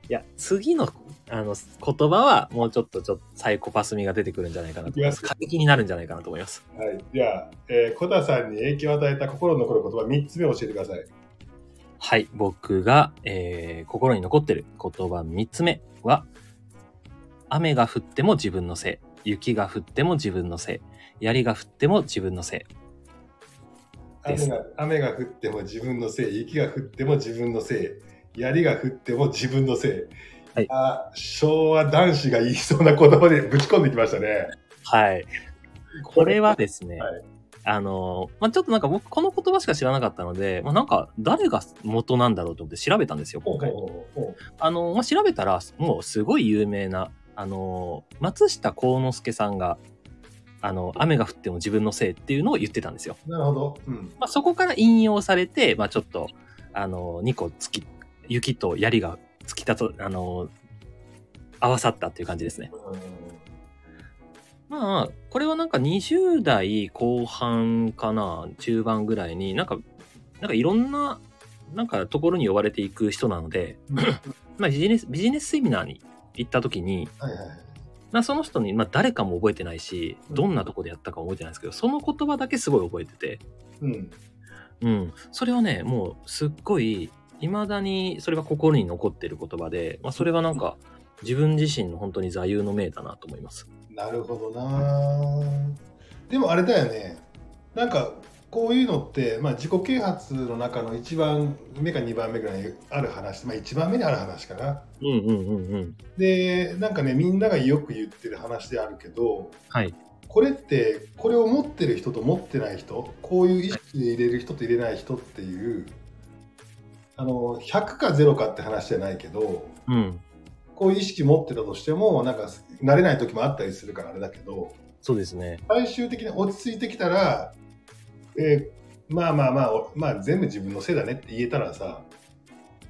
B: いや、次の、あの、言葉は、もうちょっと、ちょっと、サイコパス味が出てくるんじゃないかなと思います。
A: いきま
B: 過激になるんじゃないかなと思います。
A: はい、じゃあ、えー、小田さんに影響を与えた心に残る言葉、3つ目を教えてください。
B: はい、僕が、えー心に残ってる言葉3つ目は、雨が降っても自分のせい、雪が降っても自分のせい、槍が降っても自分のせい。です
A: 雨が雨が降っても自分のせい、雪が降っても自分のせい、槍が降っても自分のせい。
B: はい
A: あー昭和男子が言いそうな言葉で ぶち込んできましたね。
B: はい。これはですね、
A: はい
B: あのー、まあ、ちょっとなんか僕この言葉しか知らなかったので、まあ、なんか誰が元なんだろうと思って調べたんですよ、今回。あのー、まあ、調べたら、もうすごい有名な、あのー、松下幸之助さんが、あの、雨が降っても自分のせいっていうのを言ってたんですよ。
A: なるほど。うん。
B: まあ、そこから引用されて、まあ、ちょっと、あの、2個突き、雪と槍が突きたと、あの、合わさったっていう感じですね。
A: うん
B: まあ、これはなんか20代後半かな、中盤ぐらいに、なんか、なんかいろんな、なんかところに呼ばれていく人なので、 まあビジネス、ビジネスセミナーに行った時に、
A: はいはいはい。
B: まあその人に、まあ誰かも覚えてないし、
A: うん
B: どんなとこでやったか覚えてないんですけど、その言葉だけすごい覚えてて、
A: うん。
B: うん。それはね、もうすっごい、未だにそれは心に残ってる言葉で、まあそれはなんか、自分自身の本当に座右の銘だなと思います。
A: なるほどな。でもあれだよね。なんかこういうのって、まあ、自己啓発の中の1番目か2番目ぐらいにある話、まあ、1番目にある話かな。
B: うんうんうんうん。
A: でなんかねみんながよく言ってる話であるけど
B: はい。
A: これってこれを持ってる人と持ってない人こういう意識で入れる人と入れない人っていうあの100か0かって話じゃないけど
B: うん。
A: こういう意識持ってたとしてもなんか慣れない時もあったりするからあれだけど
B: そうですね。
A: 最終的に落ち着いてきたら、えーまあまあまあ、おまあ、全部自分のせいだねって言えたらさ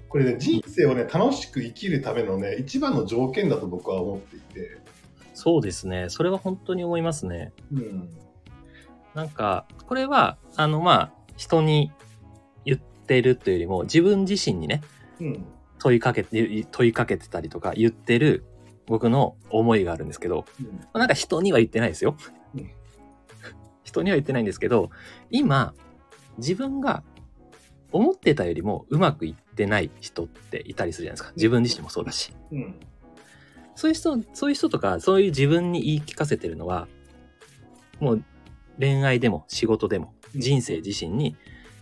A: これね人生をね楽しく生きるためのね一番の条件だと僕は思っていて、
B: そうですね。それは本当に思いますね。
A: うん、
B: なんか、これは、あの、まあ、人に言ってるというよりも、自分自身にね、
A: うん、
B: 問いかけて、問いかけてたりとか言ってる僕の思いがあるんですけど、まあなんか人には言ってないですよ
A: うん。
B: 人には言ってないんですけど、今、自分が思ってたよりもうまくいってない人っていたりするじゃないですか。自分自身もそうだし。
A: うん、うん、
B: そういう人、そういう人とか、そういう自分に言い聞かせてるのは、もう恋愛でも仕事でも
A: うん
B: 人生自身に、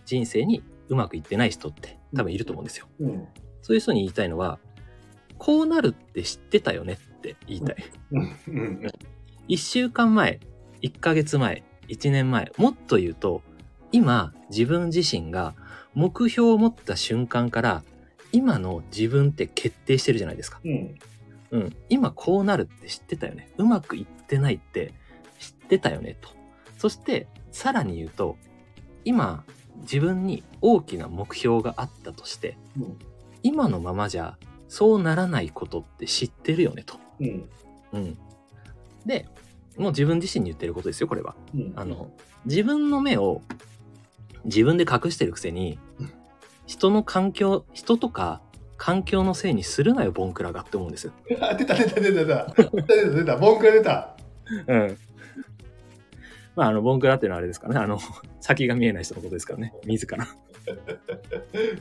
B: 人生にうまくいってない人って多分いると思うんですよ。
A: うん、
B: そういう人に言いたいのは、こうなるって知ってたよねって言いたい。
A: うん、
B: 1週間前、1ヶ月前、1年前、もっと言うと、今自分自身が目標を持った瞬間から、今の自分って決定してるじゃないですか。
A: うん、
B: うん、今こうなるって知ってたよね。うまくいってないって知ってたよねと。そして、さらに言うと、今自分に大きな目標があったとして、
A: うん、
B: 今のままじゃそうならないことって知ってるよねと。
A: うん、
B: うん。で、もう自分自身に言ってることですよ、これは。
A: うん、
B: あの、自分の目を自分で隠してるくせに
A: うん、
B: 人の環境、人とか環境のせいにするなよ、ボンクラがって思うんですよ。
A: あ、出た出た出た出た出た出た出た文句が出た。
B: うん。 まあ、あの、ボンクラっていうのはあれですからね。あの、 先が見えない人のことですからね。自ら。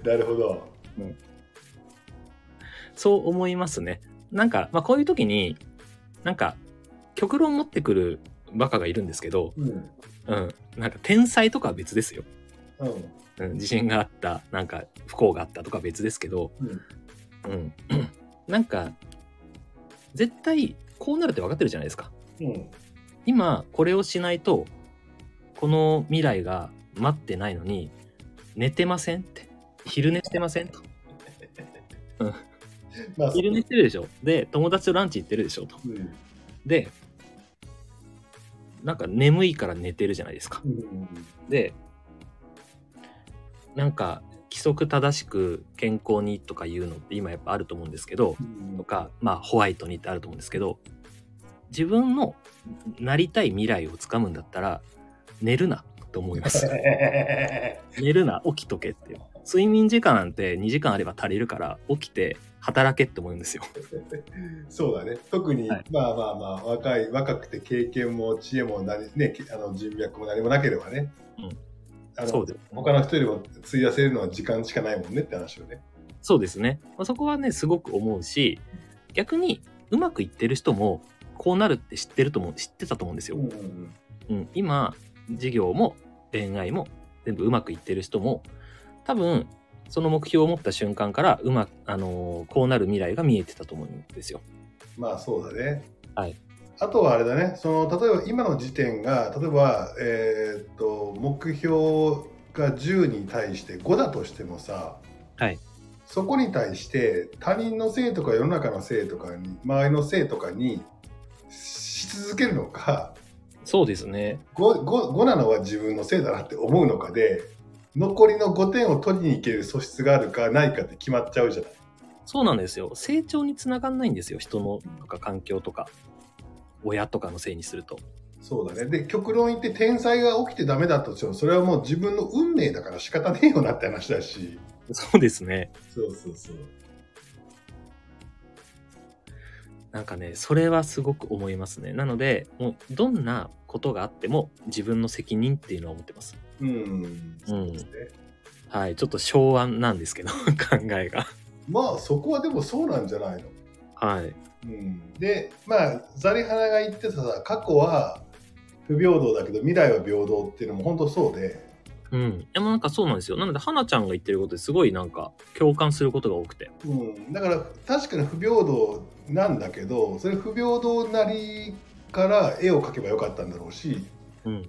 A: なるほど。
B: そう思いますね。なんか、まあ、こういう時に、なんか、極論持ってくるバカがいるんですけど、
A: うん、
B: うん。なんか、天才とかは別ですよ。
A: うん、
B: うん、地震があった、なんか、不幸があったとかは別ですけど、
A: うん、
B: うん。 なんか、絶対、こうなるって分かってるじゃないですか。
A: うん、
B: 今これをしないとこの未来が待ってないのに寝てませんって昼寝してませんと
A: まあ、
B: 昼寝してるでしょで友達とランチ行ってるでしょと
A: うん、
B: でなんか眠いから寝てるじゃないですか
A: うん、
B: でなんか規則正しく健康にとかいうのって今やっぱあると思うんですけど
A: うん
B: と、かまあホワイトにってあると思うんですけど自分のなりたい未来をつかむんだったら寝るなと思います寝るな、起きとけっていう。睡眠時間なんて2時間あれば足りるから、起きて働けって思うんですよ。
A: そうだね特に、
B: はい
A: まあまあまあ若い若くて経験も知恵も何、ね、けあの人脈も何もなければね、
B: うん
A: あの
B: そうです
A: 他の人よりも費やせるのは時間しかないもんねって話をね、
B: そうですね。まあそこはね、すごく思うし、逆にうまくいってる人も、こうなるって知ってると思う、知ってたと思うんですよ。
A: ん
B: うん、今、事業も恋愛も全部うまくいってる人も、多分、その目標を持った瞬間から、うまく、あのーこうなる未来が見えてたと思うんですよ。
A: まあそうだね、
B: はい
A: あとはあれだねその例えば今の時点が例えば、えーっと目標が10に対して5だとしてもさ
B: はい
A: そこに対して他人のせいとか世の中のせいとかに周りのせいとかにし続けるのか
B: そうですね。
A: 5, 5, なのは自分のせいだなって思うのかで残りの5点を取りに行ける素質があるかないかって決まっちゃうじゃない。
B: そうなんですよ。成長につながんないんですよ。人のとか環境とか。親とかのせいにすると。
A: そうだね。で、極論言って天才が起きてダメだとしても、それはもう自分の運命だから仕方ねえよなって話だし。
B: そうですね。
A: そうそうそう。
B: なんかね、それはすごく思いますね。なので、もうどんなことがあっても自分の責任っていうのは思ってます。
A: うん。
B: うん
A: そうですね。
B: はい。ちょっと昭和なんですけど、考 えが。
A: まあ、そこはでもそうなんじゃないの。
B: はい。
A: うん。で、まあ、ザリハナが言ってたさ、過去は不平等だけど未来は平等っていうのも本当そうで、
B: うん。でもなんかそうなんですよ。なので、花ちゃんが言ってることですごいなんか共感することが多くて。
A: うん。だから、確かに不平等なんだけど、それ不平等なりから絵を描けばよかったんだろうし、
B: うん。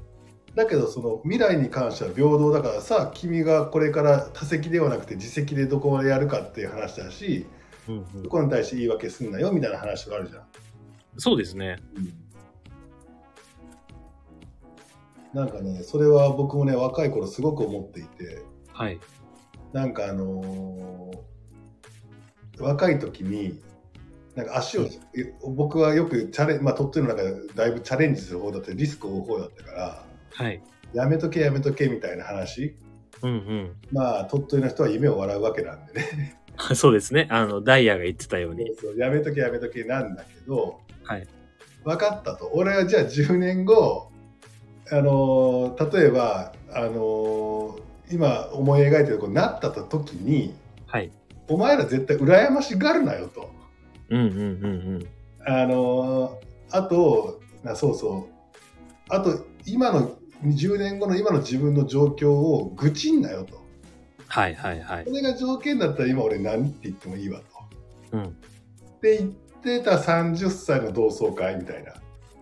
A: だけどその未来に関しては平等だからさ君がこれから他責ではなくて自責でどこまでやるかっていう話だし
B: うんう
A: そ
B: ん、
A: こに対して言い訳すんなよみたいな話があるじゃん。
B: そうですね。
A: なんかねそれは僕もね若い頃すごく思っていて
B: はい。
A: なんかあのー若い時になんか足を、僕はよくチャレン、まあ、鳥取の中でだいぶチャレンジする方だってリスクを負う方だったから
B: はい。
A: やめとけやめとけみたいな話
B: うんうん
A: まあ、鳥取の人は夢を笑うわけなんでね。
B: あ。 そうですね。あの、ダイヤが言ってたように。
A: そうやめとけやめとけなんだけど、
B: はい
A: 分かったと。俺はじゃあ10年後、あのー例えば、あのー今思い描いてる子になった時に、
B: はい。
A: お前ら絶対羨ましがるなよと。
B: うんうんうん
A: あのーあと、あそうそう。あと、今の、10年後の今の自分の状況を愚痴んなよと。
B: うん。はいはいはい
A: そ。れが条件だったら今俺何って言ってもいいわと。
B: うん。
A: って言ってた30歳の同窓会みたいな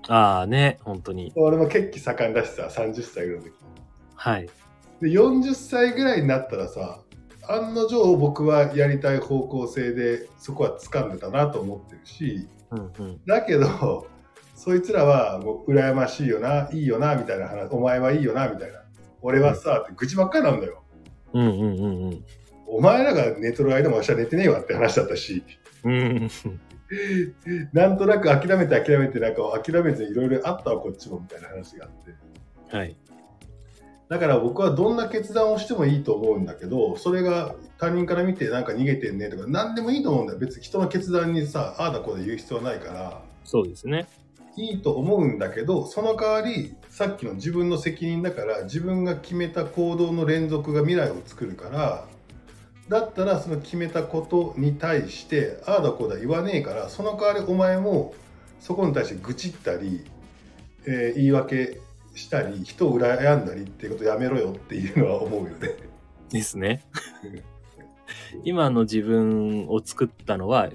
B: ああね、本当に。
A: 俺も血気盛んだしさ30歳ぐらいの時
B: はい。
A: で40歳ぐらいになったらさ案の定僕はやりたい方向性でそこは掴んでたなと思ってるし
B: うんうん。
A: だけどそいつらはもう羨ましいよないいよなみたいな話お前はいいよなみたいな俺はさって愚痴ばっかりなんだよ
B: うんうんうんうん。
A: お前らが寝とる間も私は寝てねえわって話だったし
B: うん
A: なんとなく諦めて諦めてなんか諦めずにいろいろあったわこっちもみたいな話があって
B: はい。
A: だから僕はどんな決断をしてもいいと思うんだけどそれが他人から見てなんか逃げてんねとか何でもいいと思うんだよ別に人の決断にさああだこうだ言う必要はないから
B: そうですね。
A: いいと思うんだけどその代わりさっきの自分の責任だから自分が決めた行動の連続が未来を作るからだったらその決めたことに対してああだこうだ言わねえからその代わりお前もそこに対して愚痴ったり、えー言い訳したり人を羨んだりっていうことやめろよっていうのは思うよね。
B: ですね。今の自分を作ったのは、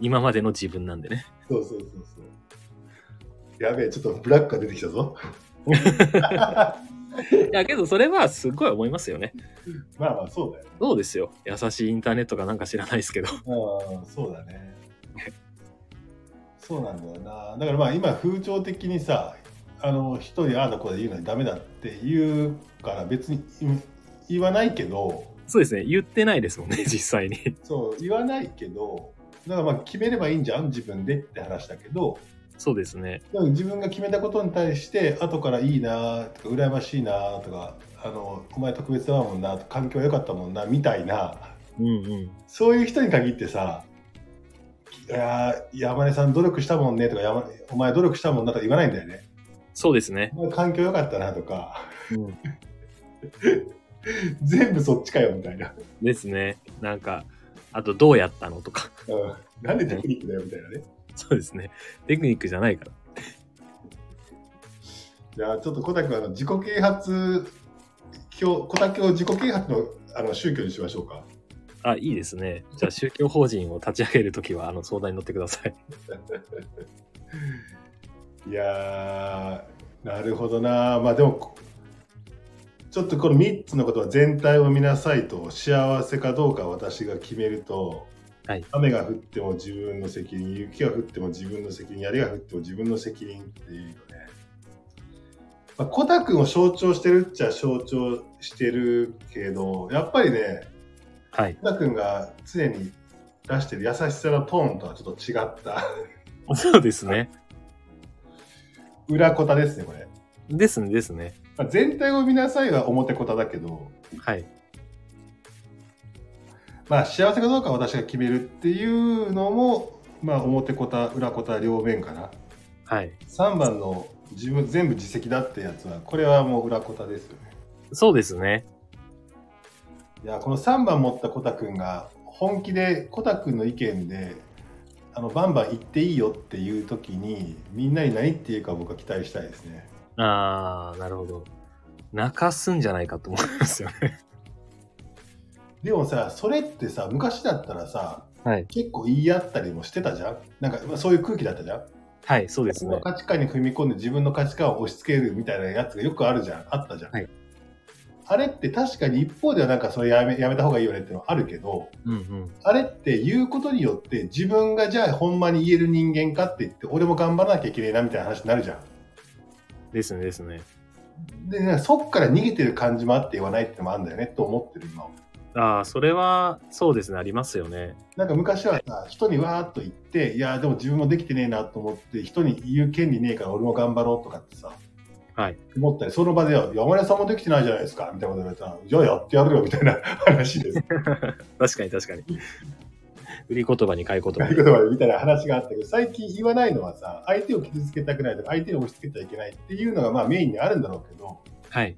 B: 今までの自分なんでね。
A: そうそうそうそう。やべえちょっとブラックが出てきたぞ。
B: いや、けどそれはすごい思いますよね。
A: まあまあそうだよ。
B: そうですよ。優しいインターネットかなんか知らないですけど。
A: ああそうだねそうなんだよなだからまあ今風潮的にさあの一人ああだこうだ言うのにダメだって言うから別に言言わないけど
B: そうですね。言ってないですもんね、 実際に。
A: そう言わないけどだからまあ決めればいいんじゃん自分でって話だけど
B: そうですね。
A: でも自分が決めたことに対して後からいいなとか羨ましいなとかあのお前特別だもんな環境良かったもんなみたいな
B: うんうん。
A: そういう人に限ってさ、いやー山根さん努力したもんねとか、山根お前努力したもんなとか言わないんだよね。
B: そうですね。
A: お前環境良かったなとか、
B: うん、
A: 全部そっちかよみたいな。
B: ですね。なんか、あとどうやったのとか。
A: うん、なんでテクニックだよみたいなね。
B: そうですね。テクニックじゃないから。
A: じゃあちょっと小竹はあの自己啓発教、小竹を自己啓発のあの宗教にしましょうか。
B: あ、いいですね。じゃ あ、宗教法人を立ち上げるときは、あの、相談に乗ってください。
A: いやー、なるほどな。まあでも、ちょっとこの3つのことは全体を見なさいと、幸せかどうか私が決めると、
B: はい
A: 雨が降っても自分の責任、雪が降っても自分の責任、槍が降っても自分の責任っていうよね。まあ、コタ君を象徴してるっちゃ象徴してるけど、やっぱりね、
B: はい。
A: コタ君が常に出してる優しさのトーンとはちょっと違った。
B: そうですね。
A: 裏コタですね、これ。
B: ですね、ですね。
A: まあ、全体を見なさいは表コタだけど、
B: はい。
A: まあ、幸せかどうかは私が決めるっていうのも、まあ、表コタ、裏コタ、両面かな。
B: はい。
A: 3番の自分全部自責だってやつは、これはもう裏コタですよね。
B: そうですね。
A: いや、この3番持ったコタくんが、本気でコタくんの意見で、あのバンバン言っていいよっていう時にみんなに何って言うか僕は期待したいですね。
B: あー、なるほど。泣かすんじゃないかと思いますよね。
A: でもさそれってさ昔だったらさ
B: はい。
A: 結構言い合ったりもしてたじゃんなんかまあそういう空気だったじゃん
B: はい、そうです
A: その
B: ね。
A: 価値観に踏み込んで自分の価値観を押し付けるみたいなやつがよくあるじゃんあったじゃん、
B: はい
A: あれって確かに一方ではなんかそれやめやめた方がいいよねってのはあるけど
B: うんうん。
A: あれって言うことによって自分がじゃあほんまに言える人間かって言って俺も頑張らなきゃいけないなみたいな話になるじゃ
B: ですね、ですね。
A: んでなんかそっから逃げてる感じもあって言わないってのもあるんだよねと思ってる今
B: あー、それは、そうですね、ありますよね。
A: なんか昔はさ人にわーっと言っていやでも自分もできてねえなと思って人に言う権利ねえから俺も頑張ろうとかってさ
B: はい。
A: 思ったりその場では「山根さんもできてないじゃないですか」みたいなこと言われたら「じゃあやってやるよ」みたいな 話です
B: 確かに確か に。売り言葉に買い言
A: な
B: 葉
A: いことまでみたいな話があったけど最近言わないのはさ相手を傷つけたくないとか相手に押し付けちゃいけないっていうのがまあメインにあるんだろうけど
B: はい。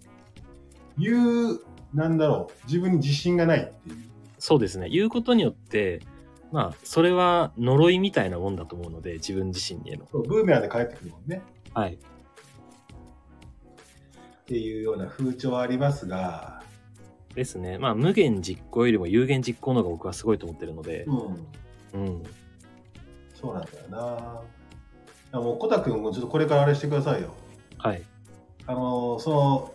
A: 言うなんだろう自分に自信がないっていう
B: そうですね。言うことによって、まあ、それは呪いみたいなもんだと思うので、自分自身への。
A: そうブーメランで帰ってくるもんね
B: はい。
A: っていうような風潮はありますが、
B: ですね。まあ、無限実行よりも有限実行の方が僕はすごいと思ってるので、
A: うん、
B: うん。
A: そうなんだよな。いやもう、コタくんもちょっとこれからあれしてくださいよ。
B: はい。
A: あのーその、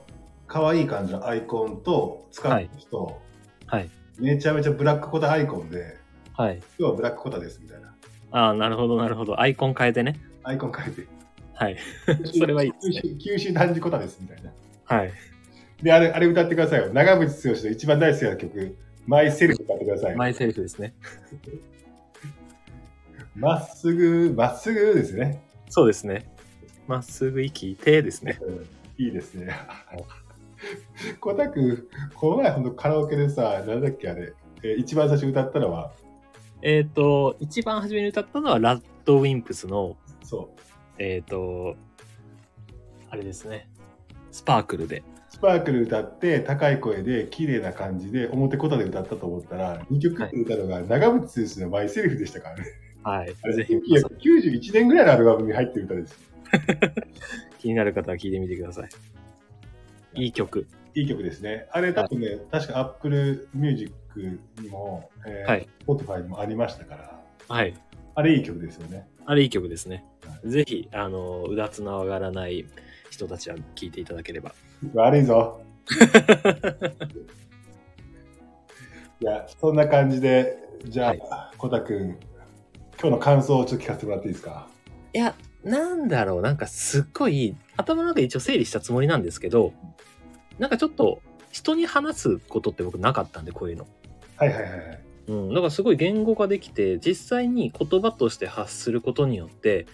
A: 可愛い感じのアイコンと、使ってる人、
B: はい。
A: めちゃめちゃブラックコタアイコンで、
B: はい。
A: 今日はブラックコタですみたいな。
B: ああ、なるほど、なるほど。アイコン変えてね。
A: アイコン変えて。
B: はい。 それはいいですね
A: 九州九州男児コタですみたいな。
B: はい。
A: で、あれ、あれ歌ってくださいよ。長渕剛の一番大好きな曲、マイセルフ歌ってくださいよ。
B: マイセルフですね。
A: まっすぐ、まっすぐですね。
B: そうですね。まっすぐ息、手ですね。
A: うんいいですね。 コタくん、この前ほんとカラオケでさ、なんだっけあれ、えー一番最初歌ったのは、
B: えっ、と、一番初めに歌ったのは、ラッドウィンプスの、
A: そう、
B: えっ、と、あれですね。スパークルで。
A: スパークル歌って、高い声で、綺麗な感じで、表コタで歌ったと思ったら、2曲目に歌ったのが、長渕剛のマイセリフでした からね。
B: はい
A: あ。れ、
B: ぜひ、
A: 1991年ぐらいのアルバムに入ってる歌ですよ。
B: 気になる方は聞いてみてください。いい曲。
A: いい曲ですね。あれ、多分ね、確か Apple Music にも、えー
B: はい。
A: Spotify にもありましたから、
B: はい。
A: あれいい曲ですよね。
B: あれ、いい曲ですね
A: は。
B: ぜひ、あの、うだつの上がらない人たちは聞いていただければ。
A: 悪い ぞ。いや、そんな感じで、じゃ
B: はい
A: あ、コタくん、今日の感想をちょっと聞かせてもらっていいですか。
B: いや、なんだろう、なんかすっごい、頭の中で一応整理したつもりなんですけど、なんかちょっと、人に話すことって僕なかったんで、こういうの。
A: はいはいはいはい。
B: うん、だからすごい言語化できて実際に言葉として発することによって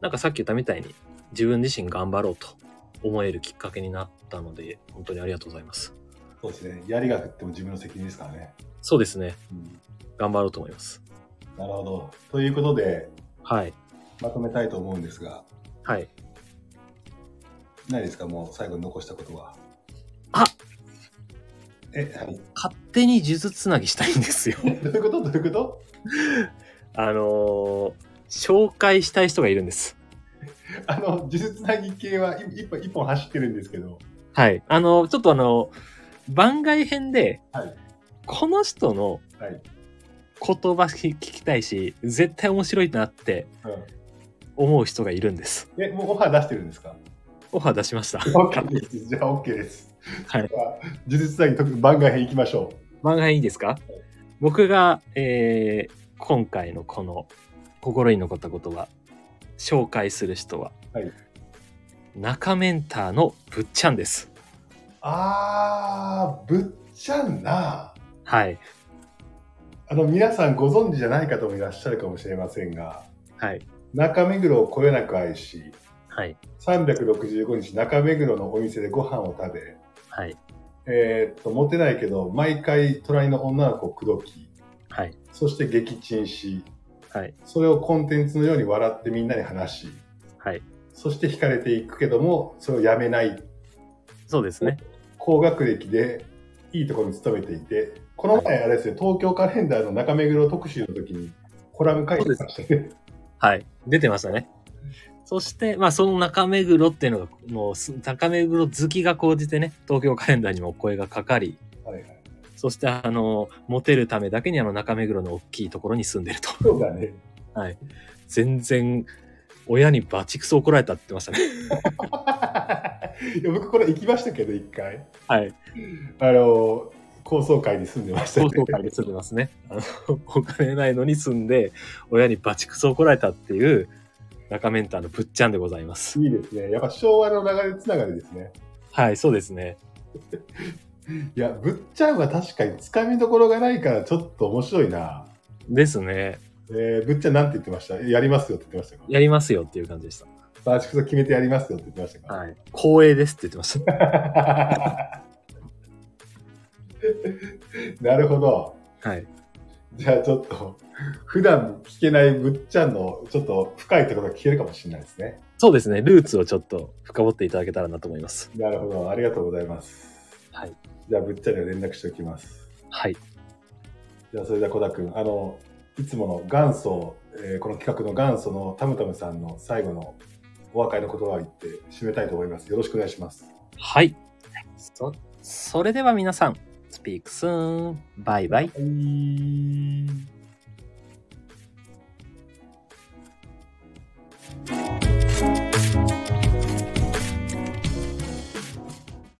B: なんかさっき言ったみたいに自分自身頑張ろうと思えるきっかけになったので本当にありがとうございます
A: そうですね。槍が振っても自分の責任ですからね。
B: そうですね
A: うん
B: 頑張ろうと思います
A: なるほど。ということで、
B: はい
A: まとめたいと思うんですが、
B: はい
A: ないですか、もう最後に残したことは。
B: あ
A: え、はい。
B: 勝手に呪術つなぎしたいんですよ
A: どういうことどういうこと
B: あのー紹介したい人がいるんです
A: あの、呪術つなぎ系はい一本一本走ってるんですけど、
B: はいあのーちょっとあのー番外編で
A: はい。
B: この人の
A: はい。
B: 言葉聞きたいし絶対面白いなって
A: うん
B: 思う人がいるんです
A: え、もうオファー出してるんですか
B: オファー出しました。
A: OK です。じゃあ OK です。
B: はい
A: では。呪術詐欺特番外編行きましょ
B: 漫画いいですか僕が、えー今回のこの心に残った言葉、紹介する人は、
A: はい
B: 中メンターのぶっちゃんです。
A: う。あー、ぶっちゃんな。
B: はい。
A: あの、皆さんご存知じゃない方もいらっしゃるかもしれませんが、
B: はい。
A: 中目黒をこよなく愛し、
B: はい。
A: 365日中目黒のお店でご飯を食べ、
B: はい。
A: えーっと、モテないけど、毎回隣の女の子を口説き、
B: はい。
A: そして撃沈し、
B: はい。
A: それをコンテンツのように笑ってみんなに話し、
B: はい。
A: そして惹かれていくけども、それをやめない。
B: そうですね。
A: 高学歴で、いいところに勤めていて、この前、あれですよ、東京カレンダーの中目黒特集の時に、コラム書いてましたね。
B: はい。出てましたね。そして、まあ、その中目黒っていうのが、もうす、中目黒好きが高じてね、東京カレンダーにもお声がかかり、
A: はいはい。
B: そして、あの、モテるためだけにあの中目黒の大きいところに住んでると。
A: そうだね。
B: 全然、親にバチクソ怒られたって言ってま したね。
A: いや僕、これ行きましたけど、一回。
B: はい。
A: あの、高層階に住んでました
B: 高
A: ね。
B: 等会で住んでますね。あの、お金ないのに住んで、親にバチクソ怒られたっていう、中メンターのぶっちゃんでございます。
A: いいですね。やっぱ昭和の流れつながりですね。
B: はい、そうですね。
A: いや、ぶっちゃんは確かにつかみどころがないからちょっと面白いな。
B: ですね。
A: えー、ぶっちゃんなんて言ってましたやりますよって言ってましたか
B: やりますよっていう感じでした。
A: バーチクソ決めてやりますよって言ってましたか、
B: はい。光栄ですって言ってました。
A: なるほど。
B: はい。
A: じゃあちょっと、普段聞けないぶっちゃんのちょっと深いところが聞けるかもしれないですね。
B: そうですね。ルーツをちょっと深掘っていただけたらなと思います。
A: なるほど。ありがとうございます。
B: はい。
A: じゃあぶっちゃんには連絡しておきます。
B: はい。
A: じゃあそれでは小田君あのいつもの元祖、えーこの企画の元祖のタムタムさんの最後のお別れの言葉を言って締めたいと思いますよろしくお願いします
B: はい。そ、それでは皆さん、スピークスーン。バイバイ。
A: はい